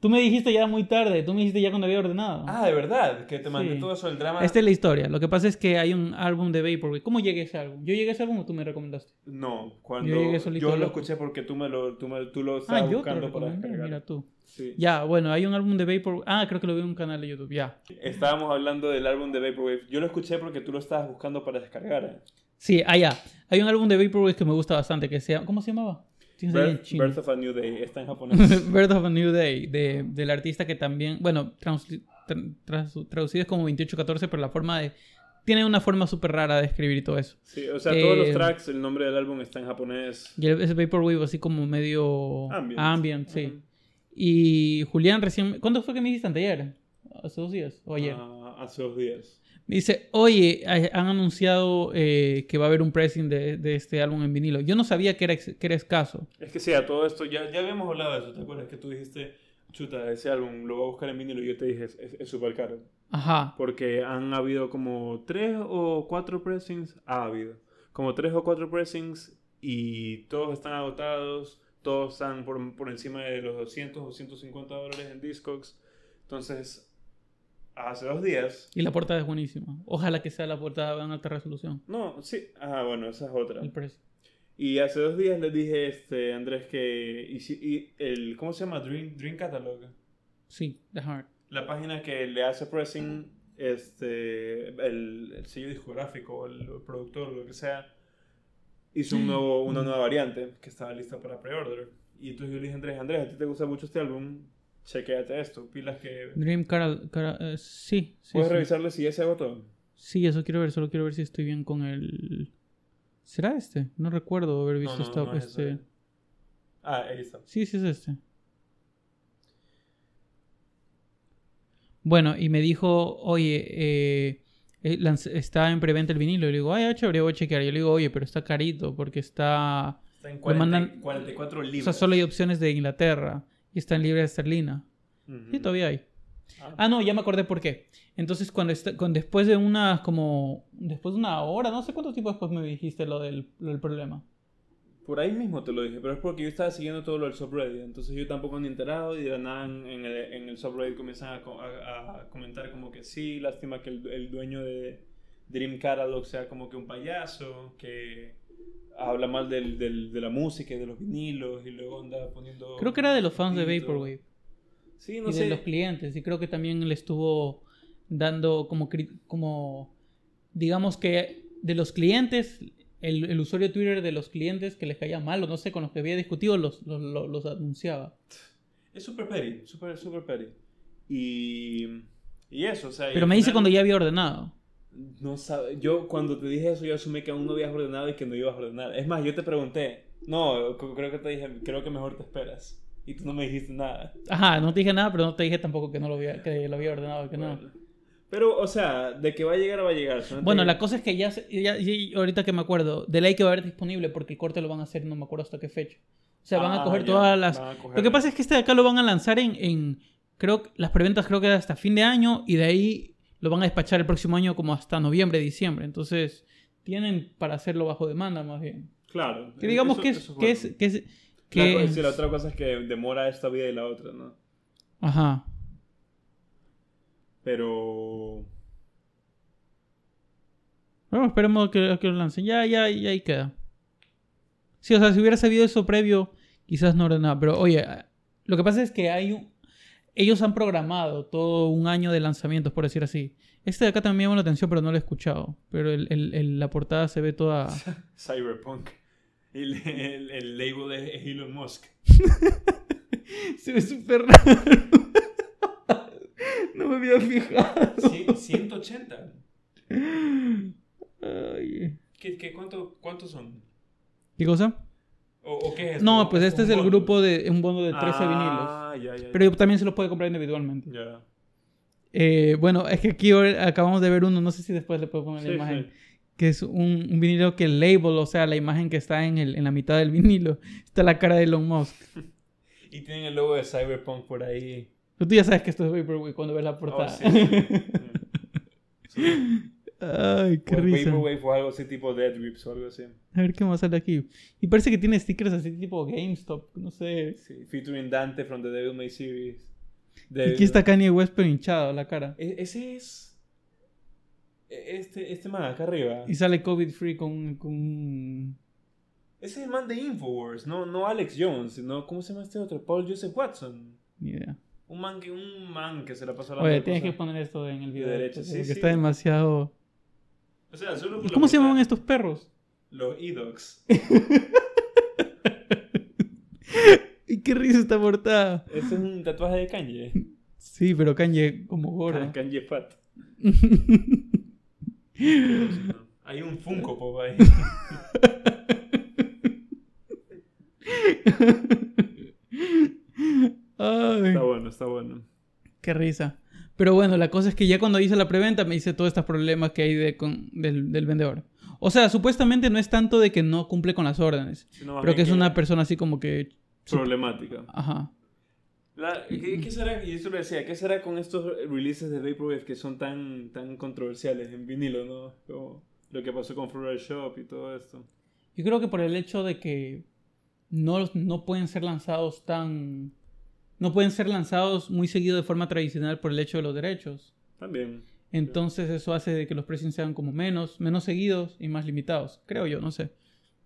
Tú me dijiste ya muy tarde, tú me dijiste ya cuando había ordenado.
Ah, de verdad, que te mandé
Sí. Este-
todo eso el drama.
Esta es la historia. Lo que pasa es que hay un álbum de Vaporwave. ¿Cómo llegué a ese álbum? ¿Yo llegué a ese álbum o tú me recomendaste?
No, cuando
Yo llegué
yo,
solito
lo
loco.
escuché porque tú me lo tú, me- tú lo estabas
ah, yo te lo
buscando para
recomendé,
descargar.
mira tú.
Sí.
Ya, bueno, hay un álbum de Vaporwave. Ah, creo que lo vi en un canal de YouTube, ya.
Estábamos hablando del álbum de Vaporwave. Yo lo escuché porque tú lo estabas buscando para descargar.
Sí, ah, ya. Hay un álbum de Vaporwave que me gusta bastante, que se llama... ¿Cómo se llamaba? Tienes ahí en
Birth,
chino.
Birth of a New Day está en japonés.
Birth of a New Day, de- del artista que también, bueno, transli- tra- tras- traducido es como 2814, pero la forma de... Tiene una forma súper rara de escribir y todo eso.
Sí, o sea,
Eh,
todos los tracks, el nombre del álbum está en japonés.
Y el- ese Vaporwave así como medio...
Ambient.
sí. Y Julián recién... ¿Cuándo fue que me dijiste anteayer? Hace dos días o ayer.
Ah, hace dos días.
Me dice, oye, eh, han anunciado eh, que va a haber un pressing de, de este álbum en vinilo. Yo no sabía que era, ex- que era escaso.
Es que sí, a todo esto, ya, ya habíamos hablado de eso, ¿te acuerdas? Que tú dijiste, chuta, ese álbum lo voy a buscar en vinilo y yo te dije, es- es súper caro.
Ajá.
Porque han habido como tres o cuatro pressings. Ha habido. Como tres o cuatro pressings y todos están agotados. Todos están por, por encima de los 200 o 150 dólares en Discogs. Entonces, hace dos días.
Y la portada es buenísima. Ojalá que sea la portada de una alta resolución.
No, sí. Ah, bueno, esa es otra.
El pressing.
Y hace dos días les dije, este, Andrés, que. Y, si- y el, ¿Cómo se llama? Dream, Dream Catalog.
Sí, The Heart.
La página que le hace pressing este, el, el sello discográfico, el, el productor, lo que sea, hizo
Mm.
un nuevo, una nueva variante que estaba lista para pre-order. Y entonces yo le dije a Andrés, Andrés, ¿a ti te gusta mucho este álbum? Chequéate esto, pilas que...
Dream Caral. cara- eh, sí, sí.
¿Puedes
sí.
revisarle si ya se agotó?
Sí, eso quiero ver, solo quiero ver si estoy bien con el. ¿Será este? No recuerdo haber visto
no,
esta-
no es
este.
ese. Ah, ahí está.
Sí, sí es este. Bueno, y me dijo, oye, eh, eh, lanz- está en preventa el vinilo. Y le digo, ay, ah, chévere, voy a chequear. Yo le digo, oye, pero está carito porque está.
Está en
Lo mandan-
44 libras.
O sea, solo hay opciones de Inglaterra y están libres de esterlina.
Ujú.
Sí, todavía hay.
Ah.
Ah, no, ya me acordé por qué. Entonces, cuando está, con, después de una, como, después de una hora, no sé cuánto tiempo después me dijiste lo del, lo del problema.
Por ahí mismo te lo dije, pero es porque yo estaba siguiendo todo lo del subreddit, entonces yo tampoco ni enterado y de la nada en en el, en el subreddit comienzan a, co- a- a comentar como que sí, lástima que el, el dueño de Dream Catalog sea como que un payaso, que habla mal del, del- de la música y de los vinilos y luego anda poniendo...
Creo que era de los fans de
grito.
Vaporwave
Sí,
y
no
de
sé.
los clientes. Y creo que también le estuvo dando como, cri- como digamos que de los clientes, el, el usuario de Twitter de los clientes que les caía mal o no sé, con los que había discutido, los, los, los- los anunciaba.
Es super petty, super, super petty. Y, y eso, o sea... y
Pero
al
me dice
final-
cuando ya había ordenado.
No sabe, yo cuando te dije eso yo asumí que aún no habías ordenado y que no ibas a ordenar. Es más, yo te pregunté, no, c- creo que te dije, creo que mejor te esperas. Y tú no me dijiste nada.
Ajá, no te dije nada, pero no te dije tampoco que no lo había, que lo había ordenado, que no.
Bueno. Pero, o sea, de que va a llegar, va a llegar. Solamente
Bueno,
que-
la cosa es que ya, se- ya- y ahorita que me acuerdo, de ley que va a haber disponible porque el corte lo van a hacer, no me acuerdo hasta qué fecha. O sea, van a
Ah,
coger
ya,
todas las...
van a coger.
Lo que pasa es que este de acá lo van a lanzar en, en creo, que- las preventas creo que hasta fin de año y de ahí lo van a despachar el próximo año como hasta noviembre, diciembre. Entonces, tienen para hacerlo bajo demanda más bien.
Claro.
Que digamos
eso-
que, es,
Eh, eso
que
bueno.
es... Que es
La
que
cosa- sí, la otra cosa es que demora esta vida y la otra, ¿no?
Ajá.
Pero...
Bueno, esperemos que, que lo lancen. Ya, ya, ya ahí queda. Sí, o sea, si hubiera sabido eso previo, quizás no ordenaba. Pero oye, lo que pasa es que hay un... ellos han programado todo un año de lanzamientos, por decir así. Este de acá también me llamó la atención, pero no lo he escuchado. Pero el- el- el- la portada se ve toda...
Cyberpunk. El, el, el label de Elon Musk.
se ve súper raro. no me había fijado.
Cien- 180.
Ay.
¿Qué, qué, cuánto, ¿Cuántos son?
¿Qué cosa?
¿O, o qué es esto?
No, pues este
¿Un
es el
bono?
grupo de... Un bono de 13 vinilos.
Ah, ya, ya, ya.
Pero también se los puede comprar individualmente.
Ya.
Eh, bueno, es que aquí ahora acabamos de ver uno, no sé si después le puedo poner
Sí,
la imagen,
sí.
que es un, un vinilo que el label, o sea, la imagen que está en, el, en la mitad del vinilo, está la cara de Elon Musk.
Y tienen el logo de Cyberpunk por ahí.
Pero tú ya sabes que esto es Vaporwave cuando ves la portada.
Oh, sí, sí. Sí.
Ay, qué
O el
risa.
Vaporwave o algo así tipo Dead Grips o algo así.
A ver qué más sale aquí. Y parece que tiene stickers así tipo GameStop, no sé.
Sí, Featuring Dante from the Devil May Series.
Y
Devil-
aquí está Kanye West pero hinchado la cara.
E- ese es. e- Este, este man acá arriba.
Y sale COVID free con, con...
Ese es el man de Infowars, no, no Alex Jones, sino. ¿Cómo se llama este otro? Paul Joseph Watson.
Ni idea.
Un man que, un man que se la pasó la
Oye, tienes que poner esto en el video.
derecha,
porque
sí, sí.
está demasiado...
O sea, solo por
¿Y
la
cómo se
portada.
llaman estos perros?
Los E-Dogs.
Y qué risa esta portada.
Ese es un tatuaje de Kanye.
Sí, pero Kanye como gordo.
Ah, Kanye Fat. Hay un Funko Pop ahí.
Ay,
Está bueno, está bueno.
qué risa. Pero bueno, la cosa es que ya cuando hice la preventa me hice todos estos problemas que hay de, con- del, del vendedor. O sea, supuestamente no es tanto de que no cumple con las órdenes,
Sino más
pero
bien
que es una persona así como que...
problemática.
Ajá.
La- ¿qué, qué será? Y eso lo decía, ¿qué será con estos releases de Vaporwave que son tan, tan controversiales en vinilo, no? Como lo que pasó con Floral Shop y todo esto.
Yo creo que por el hecho de que no, no pueden ser lanzados tan... No pueden ser lanzados muy seguido de forma tradicional por el hecho de los derechos.
También.
Entonces eso hace de que los precios sean como menos, menos seguidos y más limitados. Creo yo, no sé.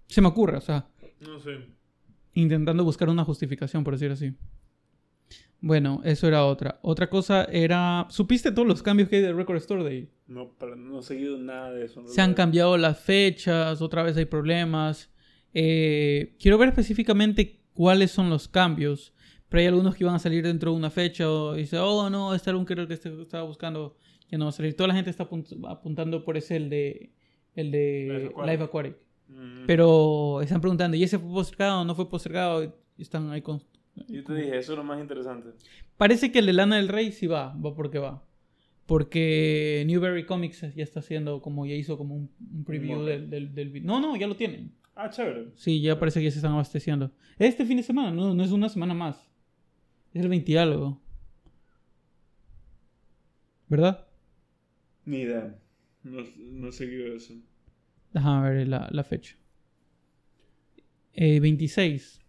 Se me ocurre, o sea,
No sé.
intentando buscar una justificación, por decir así. Bueno, eso era otra. Otra cosa era. ¿Supiste todos los cambios que hay de Record Store Day?
No, pero no he seguido nada de eso. en
Se han
realidad.
cambiado las fechas, otra vez hay problemas. Eh, quiero ver específicamente cuáles son los cambios. Pero hay algunos que van a salir dentro de una fecha. O dice, oh no, este era un que este- estaba buscando. Ya no va a salir. Toda la gente está apunt- apuntando por ese, el de, el
Live
de
Aquatic.
Live Aquatic.
Mm.
Pero están preguntando, ¿y ese fue postergado o no fue postergado? Y están ahí con...
Yo te dije, eso es lo más interesante.
Parece que el de Lana del Rey sí va, va porque va. Porque Newberry Comics ya está haciendo, como ya hizo como un, un preview
mock.
del, del, del vi- No, no, ya lo tienen.
Ah, chévere.
Sí, ya parece que ya se están abasteciendo. Este fin de semana, no, no es una semana más. Es el 20 y algo. ¿Verdad?
Ni idea. No, no he seguido eso.
Déjame ver la, la fecha. Eh, 26.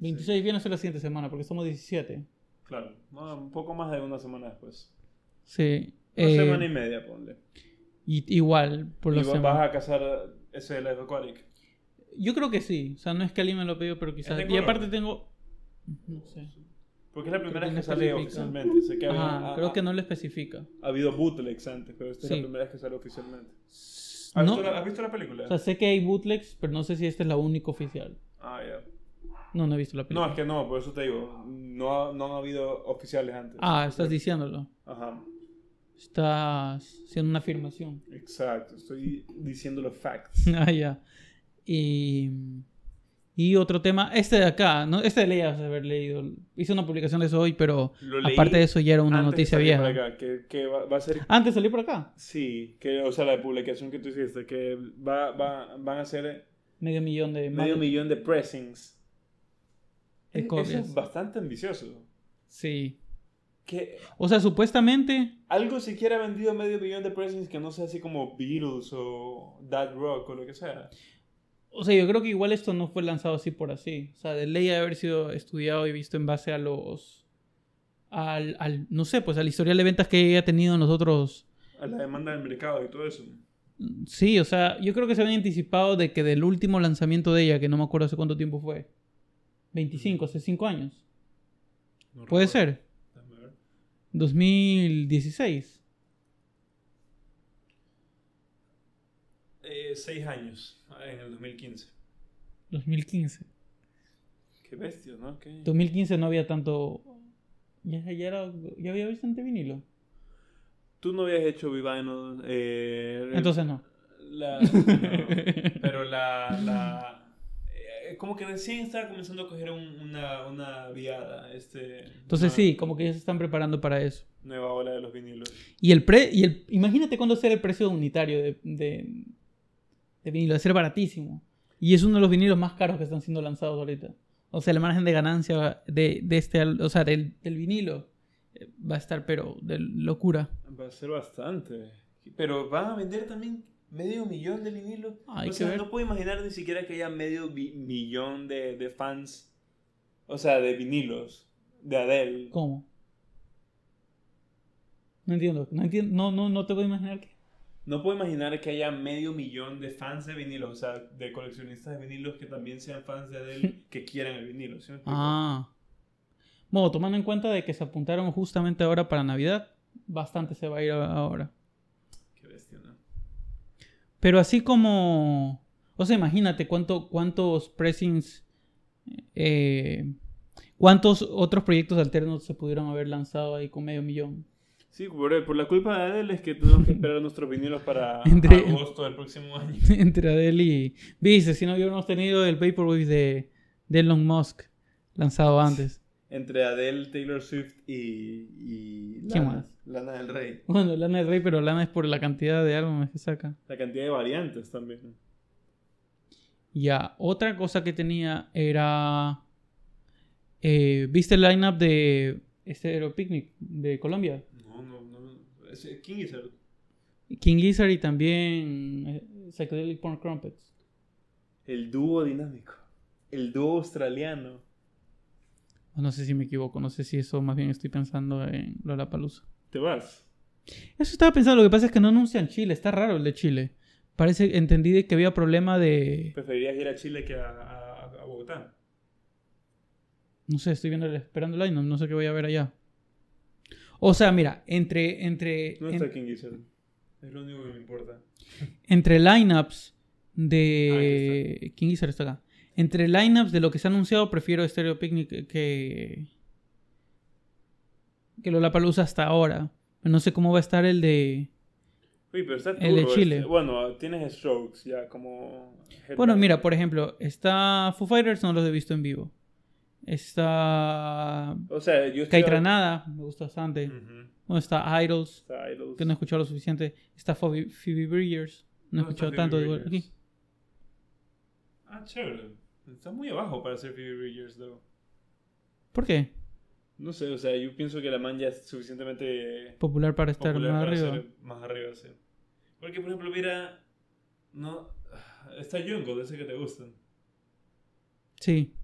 26 viene a ser la siguiente semana porque estamos 17.
Claro. No, un poco más de una semana después.
Sí.
Una
eh,
semana y media, ponle.
y- igual, por
Y
la
va-
semana.
vas a cazar ese de Life Aquatic.
Yo creo que sí. O sea, no es que alguien me lo pidió, pero quizás.
de
Y
color.
aparte tengo. No sé.
Porque es la primera
Creo que
vez
no
que sale
especifica.
oficialmente. Sé que había-
Ajá,
ha-
creo
ha-
que no lo especifica.
ha habido bootlegs antes, pero esta es
Sí.
la primera vez que sale oficialmente. ¿Has,
No,
visto, la, has visto la película?
o sea, sé que hay bootlegs, pero no sé si esta es la única oficial.
ah, ya.
No, no he visto la
No,
película.
es que no, por eso te digo. No, ha- no han habido oficiales antes.
ah, estás diciéndolo.
Ajá.
Estás haciendo una afirmación.
Exacto. Estoy diciendo los facts.
ah, ya. Y. Y otro tema, este de acá, ¿no? este leías haber leído. Hice una publicación de eso hoy, pero
Lo leí
aparte de eso ya era una
antes de
noticia
salir
vieja.
para acá, que, que va, va a ser
Antes salió por acá,
Sí, que, o sea, la publicación que tú hiciste, que va, va- van a ser
medio millón de
medio
mal-
millón de pressings.
De
Es- Eso
copias.
es bastante ambicioso.
Sí.
Que
O sea, supuestamente
algo siquiera ha vendido medio millón de pressings que no sea así como Beatles o That Rock o lo que sea.
O sea, yo creo que igual esto no fue lanzado así por así. O sea, de ley ha de haber sido estudiado y visto en base a los. Al, al- no sé, pues al historial de ventas que haya tenido en los otros.
A la demanda del mercado y todo eso.
Sí, o sea, yo creo que se habían anticipado de que del último lanzamiento de ella, que no me acuerdo hace cuánto tiempo fue. 25, hace 5 años.
No
Puede
recuerdo.
ser.
Déjame ver.
2016.
Eh, seis años, en el 2015.
2015.
Qué bestia, ¿no? Qué-
2015 no había tanto. Ya, ya, era, ya había bastante vinilo.
Tú no habías hecho Vivano. Eh, el-
Entonces no.
La, no, pero la, la eh, como que recién estaba comenzando a coger un- una, una viada, este,
Entonces
una
sí, como que ya se están preparando para eso.
nueva ola de los vinilos.
Y el pre, y el, imagínate cuándo será el precio unitario de, de, de vinilo, de ser baratísimo. Y es uno de los vinilos más caros que están siendo lanzados ahorita. O sea, el margen de ganancia de, de este, al- o sea, del, del vinilo eh, va a estar, pero de locura.
Va a ser bastante, pero van a vender también medio millón de vinilos.
Ah, hay
o
que
sea,
ver.
no puedo imaginar ni siquiera que haya medio bi- millón de, de fans, o sea, de vinilos de Adele.
¿Cómo? No entiendo, no entiendo, no, no, no te voy a imaginar que.
No puedo imaginar que haya medio millón de fans de vinilos, o sea, de coleccionistas de vinilos que también sean fans de Adele que quieran el vinilo. ¿sí me explico?
Ah. Bueno, tomando en cuenta de que se apuntaron justamente ahora para Navidad, bastante se va a ir a- ahora.
Qué bestia, ¿no?
Pero así como. O sea, imagínate cuánto, cuántos pressings. eh, cuántos otros proyectos alternos se pudieron haber lanzado ahí con medio millón.
Sí, por, por la culpa de Adele es que tenemos que esperar nuestros vinilos para
Entre-
agosto del próximo año.
Entre Adele y. Viste, si no hubiéramos tenido el Vaporwave de, de Elon Musk lanzado antes.
Entre Adele, Taylor Swift y, y
¿Quién
Lana, Lana del Rey.
Bueno, Lana es Rey, pero Lana es por la cantidad de álbumes que saca.
La cantidad de variantes también.
Ya, otra cosa que tenía era. eh, ¿Viste el lineup de este Picnic de Colombia?
No, no, no. Es, eh, ¿Quién hizo?
King Lizard y también eh, Psychedelic Porn Crumpets.
El dúo dinámico. El dúo australiano.
O Ah, No sé si me equivoco, no sé si eso más bien estoy pensando en Lollapalooza.
¿Te vas?
Eso estaba pensando, lo que pasa es que no anuncian Chile, está raro el de Chile. Parece, entendí de que había problema de...
¿Preferirías ir a Chile que a, a- a Bogotá?
No sé, estoy viendo el esperando el line, no sé qué voy a ver allá. O sea, mira, entre. entre
No
en-
está King Gizzard. Es lo único que me importa.
entre lineups
Ah,
de. King Gizzard está acá. Entre lineups de lo que se ha anunciado, prefiero Stereo Picnic que. que Lollapalooza hasta ahora. No sé cómo va a estar el de.
Uy, pero está
El de
turbo
Chile.
este. Bueno, tienes Strokes ya como...
Bueno,
headline.
mira, por ejemplo, está Foo Fighters, no los he visto en vivo. Está.
O sea, yo Mm. estoy...
Caitranada, me gusta bastante.
Ujú.
Bueno, está Idols,
Está Idols.
que no he escuchado lo suficiente. Está Phoebe, Phoebe Bridgers, no he
No, Ah, está
escuchado
Phoebe
tanto. Igual,
Bridgers.
aquí.
Ah, chévere. Está muy abajo para ser Phoebe Bridgers, though.
¿Por qué?
No sé, o sea, yo pienso que la man ya es suficientemente...
Popular para estar
popular
más
para
arriba.
ser más arriba, sí. Porque, por ejemplo, mira... No... Está Jungle, de ese que te gustan.
Sí,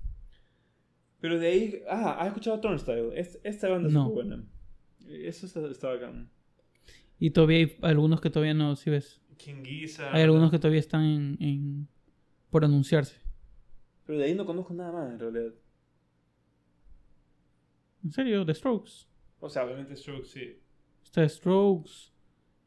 Pero de ahí... Ah, ¿has escuchado Turnstile? Es- esta banda es
No.
muy buena. Eso está, está bacán.
y todavía hay algunos que todavía no, si ves.
King Gizzard.
Hay algunos que todavía están en, en- por anunciarse.
Pero de ahí no conozco nada más, en realidad.
¿En serio? The Strokes.
O sea, obviamente Strokes sí.
Está Strokes.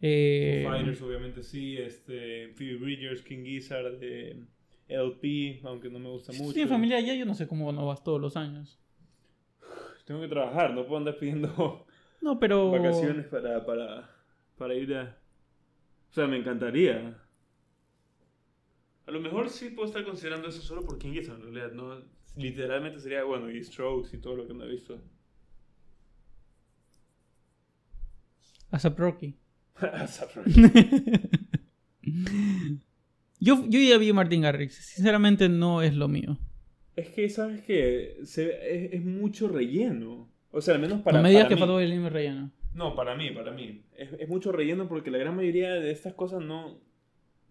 eh,
Foo Fighters, obviamente sí. Este, Phoebe Bridgers, King Gizzard, eh, LP, aunque no me gusta
si
mucho.
tienes familia allá, yo no sé cómo no vas todos los años.
Tengo que trabajar, no puedo andar pidiendo
No, pero.
vacaciones para, para, para ir a. O sea, me encantaría. A lo mejor sí puedo estar considerando eso solo por King Gizzard, en realidad. No, literalmente sería, bueno, y Strokes y todo lo que no he visto.
ASAP Rocky.
Asap Rocky.
Yo, yo ya vi Martin Garrix. Sinceramente no es lo mío.
Es que, ¿sabes qué? Se- es, es mucho relleno. O sea, al menos para.
no me digas
para
que
mí.
Fatboy Slim es relleno.
No, para mí, para mí. Es, es mucho relleno porque la gran mayoría de estas cosas no.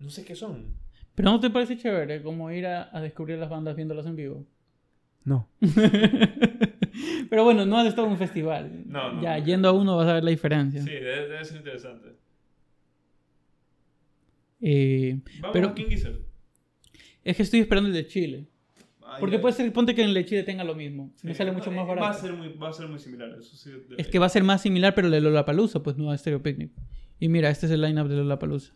No sé qué son.
Pero ¿no te parece chévere como ir a, a descubrir las bandas viéndolas en vivo?
No.
Pero bueno, no has estado en un festival.
No, no.
ya, yendo a uno vas a ver la diferencia.
Sí, debe, debe ser interesante.
Eh,
Vamos
Pero-
a King Gizzard.
es que estoy esperando el de Chile.
Ah,
Porque
ya.
puede ser, ponte que en el de Chile tenga lo mismo. Me
Sí.
sale mucho
No,
más
eh, Va a
barato.
ser muy, va a ser muy similar. Eso sí, de-
Es que va a ser más similar, pero el de Lollapalooza, pues no a Stereo Picnic. Y mira, este es el lineup de Lollapalooza.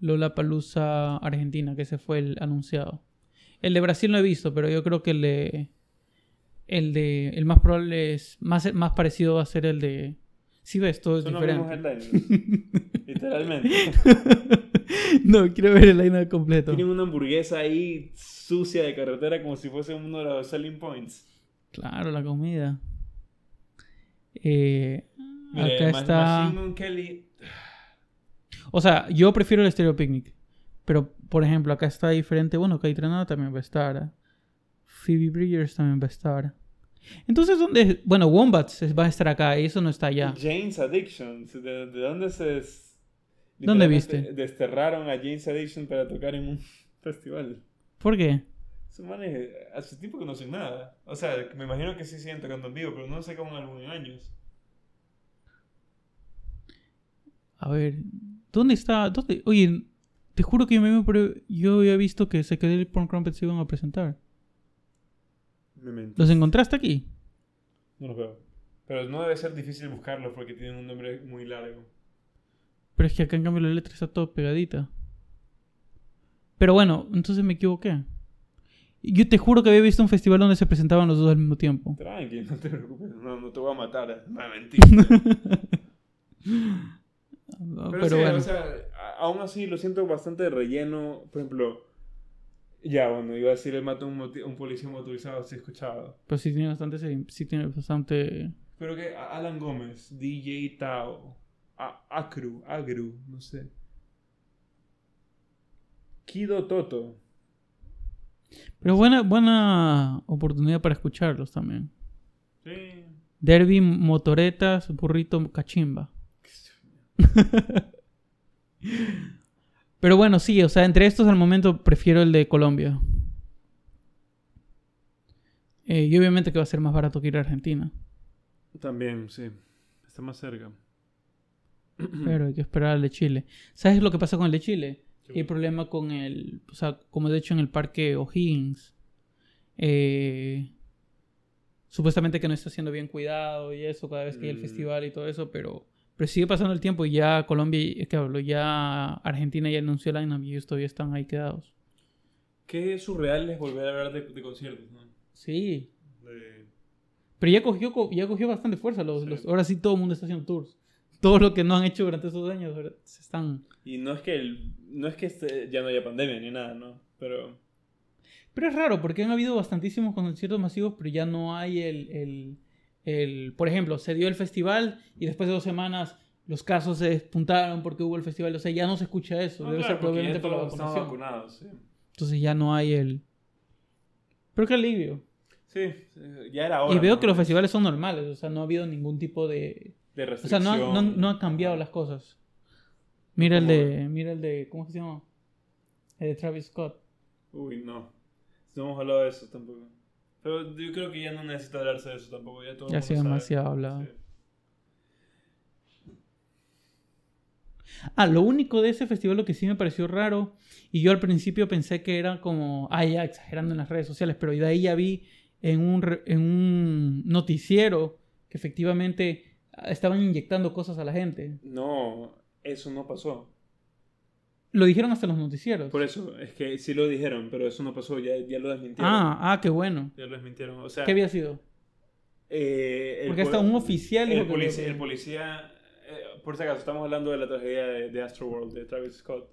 Lollapalooza Argentina, que ese fue el anunciado. El de Brasil no he visto, pero yo creo que el de... El de... El más probable es... Más, más parecido va a ser el de... Si ves, todo es
Son los mismos
diferente.
headliners. Literalmente.
no, quiero ver el lineup completo.
Tienen una hamburguesa ahí sucia de carretera como si fuese uno de los selling points.
Claro, la comida. Eh,
Mira,
acá
Ma-
está...
Machine Gun Kelly.
O sea, yo prefiero el Stereo Picnic. Pero, por ejemplo, acá está diferente. Bueno, Caitranada también va a estar. ¿ah? Phoebe Bridgers también va a estar. Entonces, ¿dónde? Bueno, Wombats es- va a estar acá. Y eso no está allá.
Jane's Addiction. ¿De, de dónde se.? es-
¿Dónde
literalmente
viste?
Desterraron a Jane's Addiction para tocar en un festival.
¿Por qué?
Esos manes hace tiempo que no hacen nada. O sea, me imagino que sí siguen tocando en vivo, pero no sacan un álbum en años.
A ver. ¿Dónde está? ¿Dónde? Oye, te juro que yo, me, pero yo había visto que se quedó el Porn Crumpets se iban a presentar.
Me mentí.
¿Los encontraste aquí?
No los veo. Pero no debe ser difícil buscarlos porque tienen un nombre muy largo.
Pero es que acá en cambio la letra está todo pegadita. Pero bueno, entonces me equivoqué. Yo te juro que había visto un festival donde se presentaban los dos al mismo tiempo.
Tranqui, no te preocupes. No, no te voy a matar. eh. Me mentiste.
Ah, Pero,
Pero, sí,
bueno,
o sea, a- aún así lo siento bastante relleno. Por ejemplo, ya, bueno, iba a decir el mató a un, moti- un policía motorizado, sí he escuchado.
pero pues sí tiene bastante, sí, sí tiene bastante...
Pero que a- Alan Gómez, DJ Tao, a- Acru, Agru, no sé. Kido Toto.
Pero buena, buena oportunidad para escucharlos también.
Sí.
Derby, motoretas, burrito, cachimba. Pero bueno, sí, o sea, entre estos al momento prefiero el de Colombia. Eh, y obviamente que va a ser más barato que ir a Argentina.
También, sí. Está más cerca.
Pero hay que esperar al de Chile. ¿Sabes lo que pasa con el de Chile?
¿Qué
Que hay problema con el. O sea, como de hecho en el parque O'Higgins. Eh, supuestamente que no está siendo bien cuidado y eso cada vez que hay el
Mm.
festival y todo eso, pero, pero sigue pasando el tiempo y ya Colombia, y- es que hablo, ya Argentina ya anunció el lineup y ellos todavía están ahí quedados.
Qué surreal es volver a hablar de, de conciertos, ¿no?
Sí,
De-
pero ya cogió, co- ya cogió bastante fuerza. Los,
Sí.
los- ahora sí todo el mundo está haciendo tours. Todo lo que no han hecho durante esos años ahora se están...
Y no es que el- no es que este- ya no haya pandemia ni nada, ¿no? Pero
Pero es raro porque han habido bastantísimos conciertos masivos, pero ya no hay el, el- el- Por ejemplo, se dio el festival y después de dos semanas los casos se despuntaron porque hubo el festival. O sea, ya no se escucha eso.
No,
Debe
Ah, claro,
ser
porque
probablemente
ya
por la
todos estamos
vacunación.
vacunados, sí.
Entonces ya no hay el... Pero qué alivio.
Sí, eh, ya era hora.
y veo
¿no?
que los festivales son normales, o sea, no ha habido ningún tipo de... O
de
sea,
restricción.
no, ha- no, no han cambiado las cosas. Mira el
Como-
de... Mira el de... ¿Cómo se llama? El de Travis Scott.
Uy, no. No hemos hablado de eso tampoco. Pero yo creo que ya no necesita hablarse de eso tampoco. Ya todo el
Ya ha
mundo
sido
sabe.
demasiado hablado.
Sí.
Ah, lo único de ese festival lo que sí me pareció raro, y yo al principio pensé que era como, ah, ya exagerando en las redes sociales, pero de ahí ya vi en un, re- en un noticiero que efectivamente ah, estaban inyectando cosas a la gente.
No, eso no pasó.
Lo dijeron hasta los noticieros.
Por eso, es que sí lo dijeron, pero eso no pasó. Ya, ya lo desmintieron.
ah, ah, qué bueno.
Ya lo desmintieron. O sea,
¿Qué había sido?
eh, el
Porque
pol-
hasta un oficial dijo
El
que-
policía, el policía eh, por si acaso, estamos hablando de la tragedia de, de Astroworld, de Travis Scott.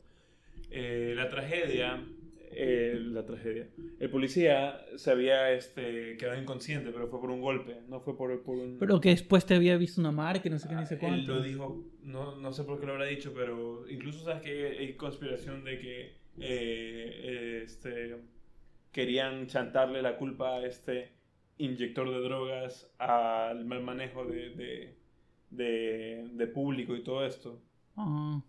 Eh, la tragedia, eh, la tragedia. El policía se había este, quedado inconsciente, pero fue por un golpe, no fue por, por un...
Pero que después te había visto una marca, y no sé qué, ni sé
Ah, Él
cuánto.
lo dijo, no, no sé por qué lo habrá dicho, pero incluso sabes que hay conspiración de que eh, este, querían chantarle la culpa a este inyector de drogas, al mal manejo de, de, de- de público y todo esto.
Ah,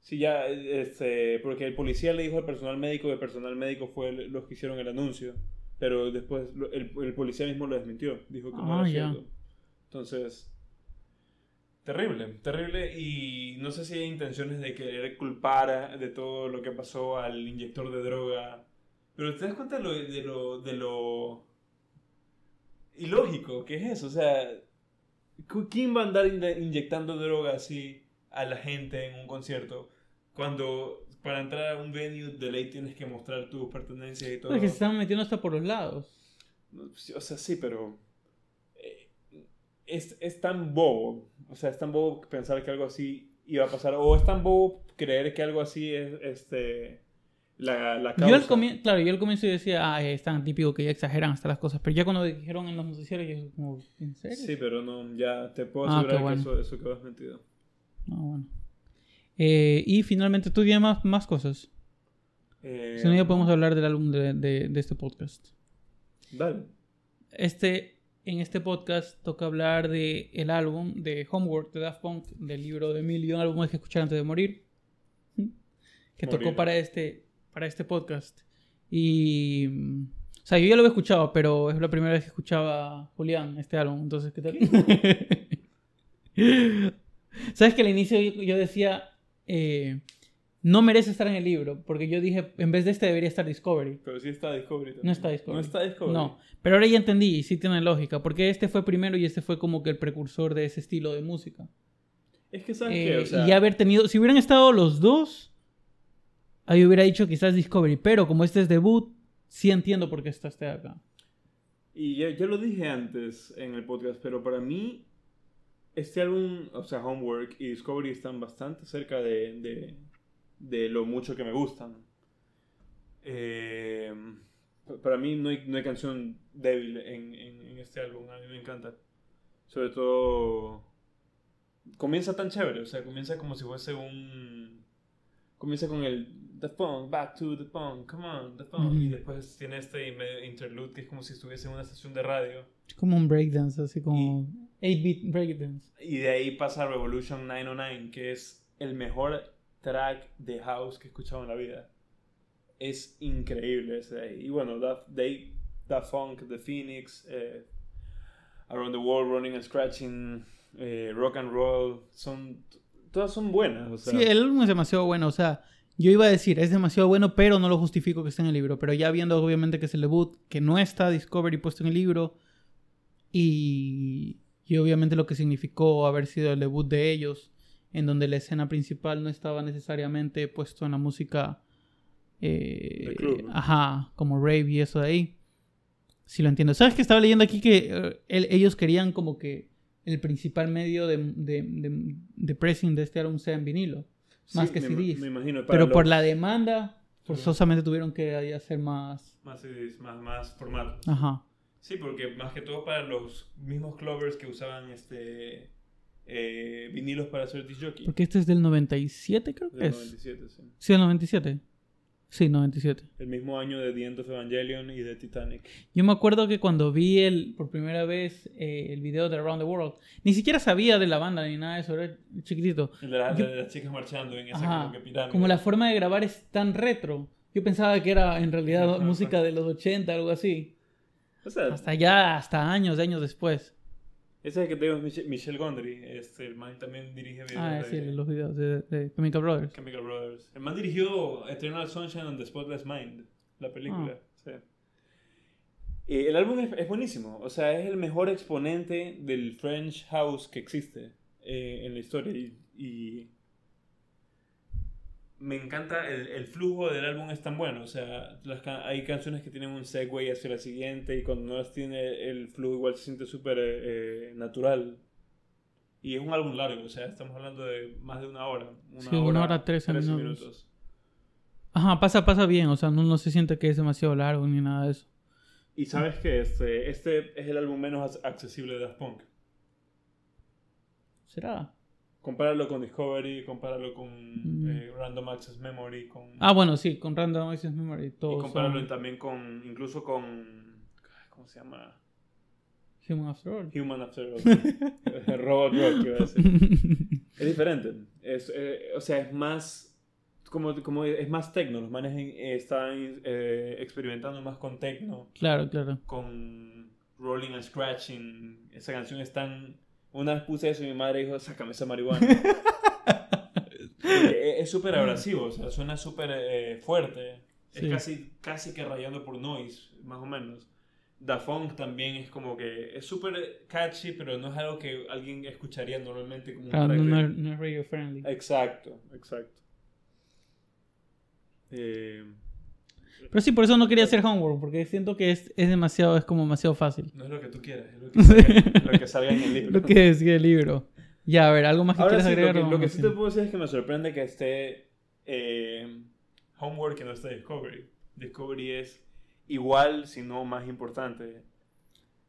Sí, ya, este, porque el policía le dijo al personal médico y el personal médico fue el- los que hicieron el anuncio, pero después lo- el, el policía mismo lo desmintió, dijo que
Ah,
no era
ya.
cierto. Entonces, terrible, terrible y no sé si hay intenciones de querer culpar a- de todo lo que pasó al inyector de droga, pero te das cuenta de lo, de lo, de lo ilógico que es eso, o sea, cu- ¿quién va a andar inye- inyectando droga así a la gente en un concierto? Cuando para entrar a un venue de ley tienes que mostrar tus pertenencias y todo.
es que se estaban metiendo hasta por los lados.
No, sí, O sea, sí, pero eh, es, es tan bobo, o sea, es tan bobo pensar que algo así iba a pasar, o es tan bobo creer que algo así es este, la, la causa.
Yo al comienzo, claro, yo al comienzo yo decía, ah, es tan típico que ya exageran hasta las cosas, pero ya cuando dijeron en los noticieros, yo como, ¿en serio?
Sí, pero no, ya te puedo
Ah,
asegurar
qué bueno.
que eso, eso quedó desmentido.
Ah, bueno. Eh, y finalmente, tú tienes más, más cosas.
Eh,
Si no, ya podemos hablar del álbum de, de- de este podcast.
Dale.
Este, en este podcast toca hablar de el álbum de Homework de Daft Punk, del libro de mil y un álbumes que escuchar antes de morir, que tocó
Morir.
para este, para este podcast. Y... mm, O sea, yo ya lo había escuchado, pero es la primera vez que escuchaba Julián este álbum, entonces, ¿qué tal? ¿Sabes que al inicio yo, yo decía, eh, no merece estar en el libro? Porque yo dije, en vez de este debería estar Discovery.
Pero sí está Discovery. también.
No está Discovery.
No está Discovery.
No, pero ahora ya entendí y sí tiene lógica, porque este fue primero y este fue como que el precursor de ese estilo de música.
Es que sabes
Eh,
qué, o sea,
y haber tenido, si hubieran estado los dos, ahí hubiera dicho quizás Discovery, pero como este es debut, sí entiendo por qué está este acá.
Y ya, ya lo dije antes en el podcast, pero para mí este álbum, o sea, Homework y Discovery están bastante cerca de, de, de lo mucho que me gustan. Eh, pa- para mí no hay, no hay canción débil en, en- en este álbum, a mí me encanta. Sobre todo... Comienza tan chévere, o sea, comienza como si fuese un... Comienza con el The Punk, Back to the Punk, Come on, The Punk.
Ujú.
Y después tiene este medio interlude que es como si estuviese en una estación de radio.
Es como un breakdance, así como 8-bit breakdance.
Y de ahí pasa Revolution 909, que es el mejor track de house que he escuchado en la vida. Es increíble ese de ahí. Y bueno, Da, de ahí Da Funk, The Phoenix, eh, Around the World, Running and Scratching, eh, Rock and Roll, son, todas son buenas. o sea.
Sí, el álbum es demasiado bueno, o sea, Yo iba a decir, es demasiado bueno, pero no lo justifico que esté en el libro. Pero ya viendo obviamente que es el debut, que no está Discovery puesto en el libro, y, y obviamente lo que significó haber sido el debut de ellos, en donde la escena principal no estaba necesariamente puesto en la música... eh,
Del club, ¿no?
Ajá, como rave y eso de ahí. Si lo entiendo. ¿Sabes que estaba leyendo aquí que eh, el- ellos querían como que el principal medio de, de, de- de pressing de este álbum sea en vinilo? Más que
me,
CDs.
Me imagino. para
Pero por
los-
la demanda,
Ujú.
forzosamente tuvieron que ahí hacer más.
Más CDs, más, más formato.
Ajá.
Sí, porque más que todo para los mismos clovers que usaban este eh, vinilos para hacer disc jockey.
Porque este es del 97, creo que
Del
es.
97, sí.
Sí, del 97. Sí, 97.
El mismo año de The End of Evangelion y de Titanic.
Yo me acuerdo que cuando vi el, por primera vez eh, el video de Around the World, ni siquiera sabía de la banda ni nada de eso, era chiquitito.
El de, la-
Yo-
de las chicas marchando en esa
Ajá.
como que pirámide.
Como la forma de grabar es tan retro. Yo pensaba que era en realidad
Ajá.
música de los 80, algo así.
O sea,
Hasta ya, hasta años, años después.
ese es el que te digo es Mich- Michel Gondry. Este, el man también dirige videos
Ah,
de
sí, los videos de, de Chemical Brothers.
Chemical Brothers. El man dirigió Eternal Sunshine on the Spotless Mind, la película.
Ah.
sí. Eh, el álbum es, es buenísimo. O sea, es el mejor exponente del French House que existe eh, en la historia. Y, y me encanta el, el flujo del álbum es tan bueno. O sea, las ca- hay canciones que tienen un segue hacia la siguiente y cuando no las tiene el flujo igual se siente súper eh, eh, natural. Y es un álbum largo, o sea, estamos hablando de más de una hora. Una
Sí, una hora, 13 minutos.
minutos.
Ajá, pasa, pasa bien, o sea, no, no se siente que es demasiado largo ni nada de eso.
Y sabes que este, este es el álbum menos ac- accesible de Daft Punk.
¿Será?
Compáralo con Discovery, compáralo con
Mm.
eh, Random Access Memory, con,
Ah, bueno, sí, con Random Access Memory
y
todo.
compáralo también con, incluso con, ¿cómo se llama?
Human After All.
Human After All. Robot Rock, iba a decir. Es diferente. Es, eh, o sea, es más. Como, como es más tecno. Los manes eh, están eh, experimentando más con tecno.
claro, claro.
Con Rolling and Scratching. Esa canción es tan. Una vez puse eso y mi madre dijo: Sácame esa marihuana. Porque es es súper abrasivo. O sea, suena súper eh, fuerte.
Sí.
Es casi, casi que rayando por noise, más o menos. Da Funk también es como que es súper catchy, pero no es algo que alguien escucharía normalmente como un
Claro,
track
no,
de-
no es- no es radio friendly.
Exacto, exacto. Eh,
Pero sí, por eso no quería hacer homework, porque siento que es, es demasiado, es como demasiado fácil.
no es lo que tú quieras, es lo que salga, lo que salga en el libro.
Lo que decía el libro. Ya, a ver, ¿algo más que
Ahora
quieras
sí, lo
agregar?
que,
o
lo que
vamos
sí te
haciendo?
puedo decir es que me sorprende que esté eh, Homework y no esté Discovery. Discovery es igual, si no más importante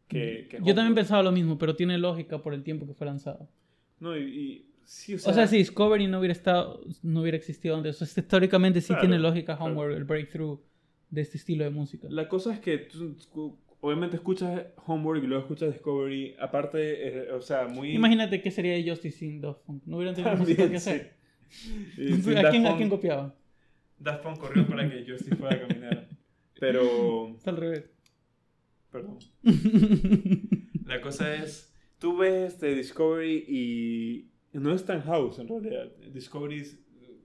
que,
Yo
que
también
Homework.
pensaba lo mismo, pero tiene lógica por el tiempo que fue lanzado.
No, y, y- sí, o
O sea,
sea,
si Discovery no hubiera estado, no hubiera existido antes. O sea, históricamente sí
Claro,
tiene lógica
claro.
Homework, el breakthrough de este estilo de música.
La cosa es que tú, tú, obviamente escuchas Homework y luego escuchas Discovery, aparte, eh, o sea, muy...
Imagínate qué sería de Justice sin Daft Punk. No hubieran tenido música que
También, sí.
hacer.
Y sin
¿A,
Daft
quién, ¿A
Punk-
quién copiaba?
Daft Punk corrió para que yo sí fuera a caminar. Pero,
Está al revés.
perdón. La cosa es, tú ves este Discovery y no es tan house en realidad. Discovery es-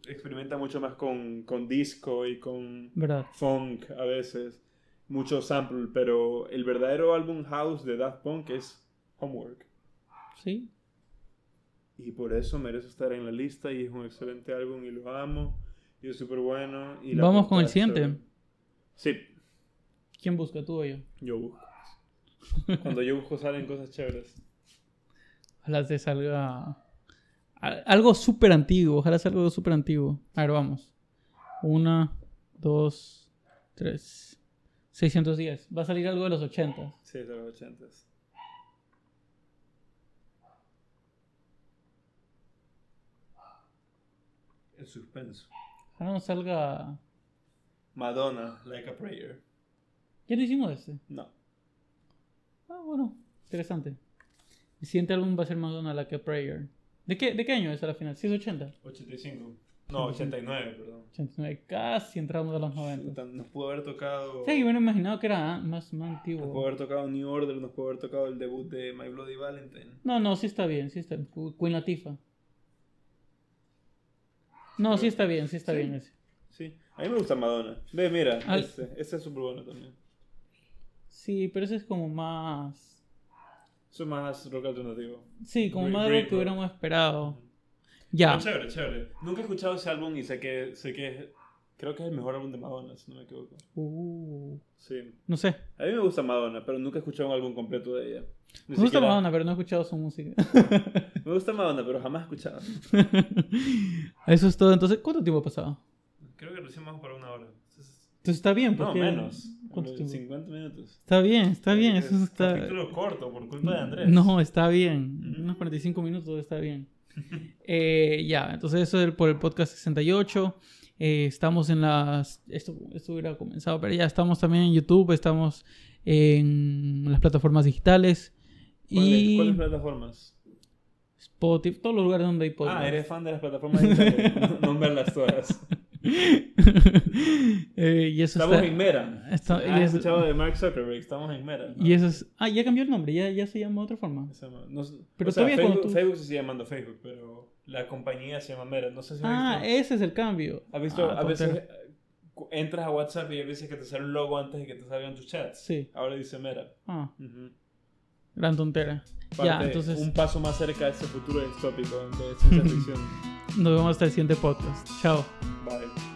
experimenta mucho más con, con disco y con
¿Verdad?
funk a veces. Mucho sample, pero el verdadero álbum house de Daft Punk es Homework.
Sí.
Y por eso merece estar en la lista y es un excelente álbum y lo amo. Y es súper bueno. y la
Vamos con el
portada está
siguiente.
bien. Sí,
¿Quién busca? ¿Tú o yo?
Yo busco. Cuando yo busco salen cosas chéveres.
Ojalá te salga al- algo súper antiguo. Ojalá salga algo súper antiguo. A ver, vamos. Una, dos, tres. 610. Va a salir algo de los 80.
Sí, de los ochentas. El suspenso.
Ojalá no salga.
Madonna, Like a Prayer.
¿Ya lo hicimos este?
No.
Ah, bueno. Interesante. El siguiente álbum va a ser Madonna, la que Prayer. ¿De qué, ¿De qué año es a la final? ¿Sí es 80?
85. No, 89, perdón.
89. Casi entramos a los 90.
Tan- Nos pudo haber tocado.
Sí, yo me hubiera imaginado que era ah, más, más
Nos pudo
antiguo.
haber tocado New Order, nos pudo haber tocado el debut de My Bloody Valentine.
No, no, sí está bien, sí está bien. Queen Latifah. No, sí está bien, sí está
Sí.
bien ese.
Sí. A mí me gusta Madonna. Ve, mira,
Al-
ese, ese es súper bueno también.
Sí, pero ese es como más.
Eso es más rock alternativo.
Sí, como
Brit-
más de lo que
Britpop.
hubiéramos esperado. Ya.
Pero chévere, chévere. Nunca he escuchado ese álbum y sé que, sé que es- creo que es el mejor álbum de Madonna, si no me equivoco.
Uh,
Sí.
no sé.
A mí me gusta Madonna, pero nunca he escuchado un álbum completo de ella.
Me
Ni
gusta
siquiera-
Madonna, pero no he escuchado su música.
Me gusta Madonna, pero jamás he escuchado.
Eso es todo. Entonces, ¿cuánto tiempo ha pasado?
Creo que recién vamos para una hora. Entonces,
Entonces está bien,
No,
porque...
menos.
¿Cuánto tiempo?
50 minutos.
Está bien, está bien. Eso
Es
está...
Capítulo corto, por culpa de Andrés.
No, está bien.
Mm.
Unos 45 minutos está bien. Eh, ya, entonces eso es por el podcast 68. Eh, estamos en las... Esto, esto hubiera comenzado, pero ya estamos también en YouTube, estamos en las plataformas digitales
¿Cuáles,
y
¿Cuáles plataformas?
Spotify, todos los lugares donde hay podcast.
Ah, eres fan de las plataformas digitales. no, no verlas todas.
Eh, y eso
Estamos
está-
en Mera.
está-
¿Has
y, eso,
escuchado de Mark Zuckerberg? Estamos en Mera. ¿no?
y eso es... Ah, ya cambió el nombre, ya, ya se llama de otra forma.
Se llama- no sé-
Pero
o sea,
todavía
Facebook,
cuando tú-
Facebook se sigue llamando Facebook, pero la compañía se llama Mera. No sé si has
Ah,
visto.
ese es el cambio.
¿Has visto?
Ah,
a
por
veces
ser-
eh, cu- entras a WhatsApp y hay veces que te sale un logo antes de que te salgan tus chats.
Sí.
Ahora dice Mera.
Ah,
Ujú.
gran tontera. ya,
Parte-
entonces
Un paso más cerca de ese futuro distópico de ciencia ficción.
nos vemos hasta el siguiente podcast. Chao.
Bye.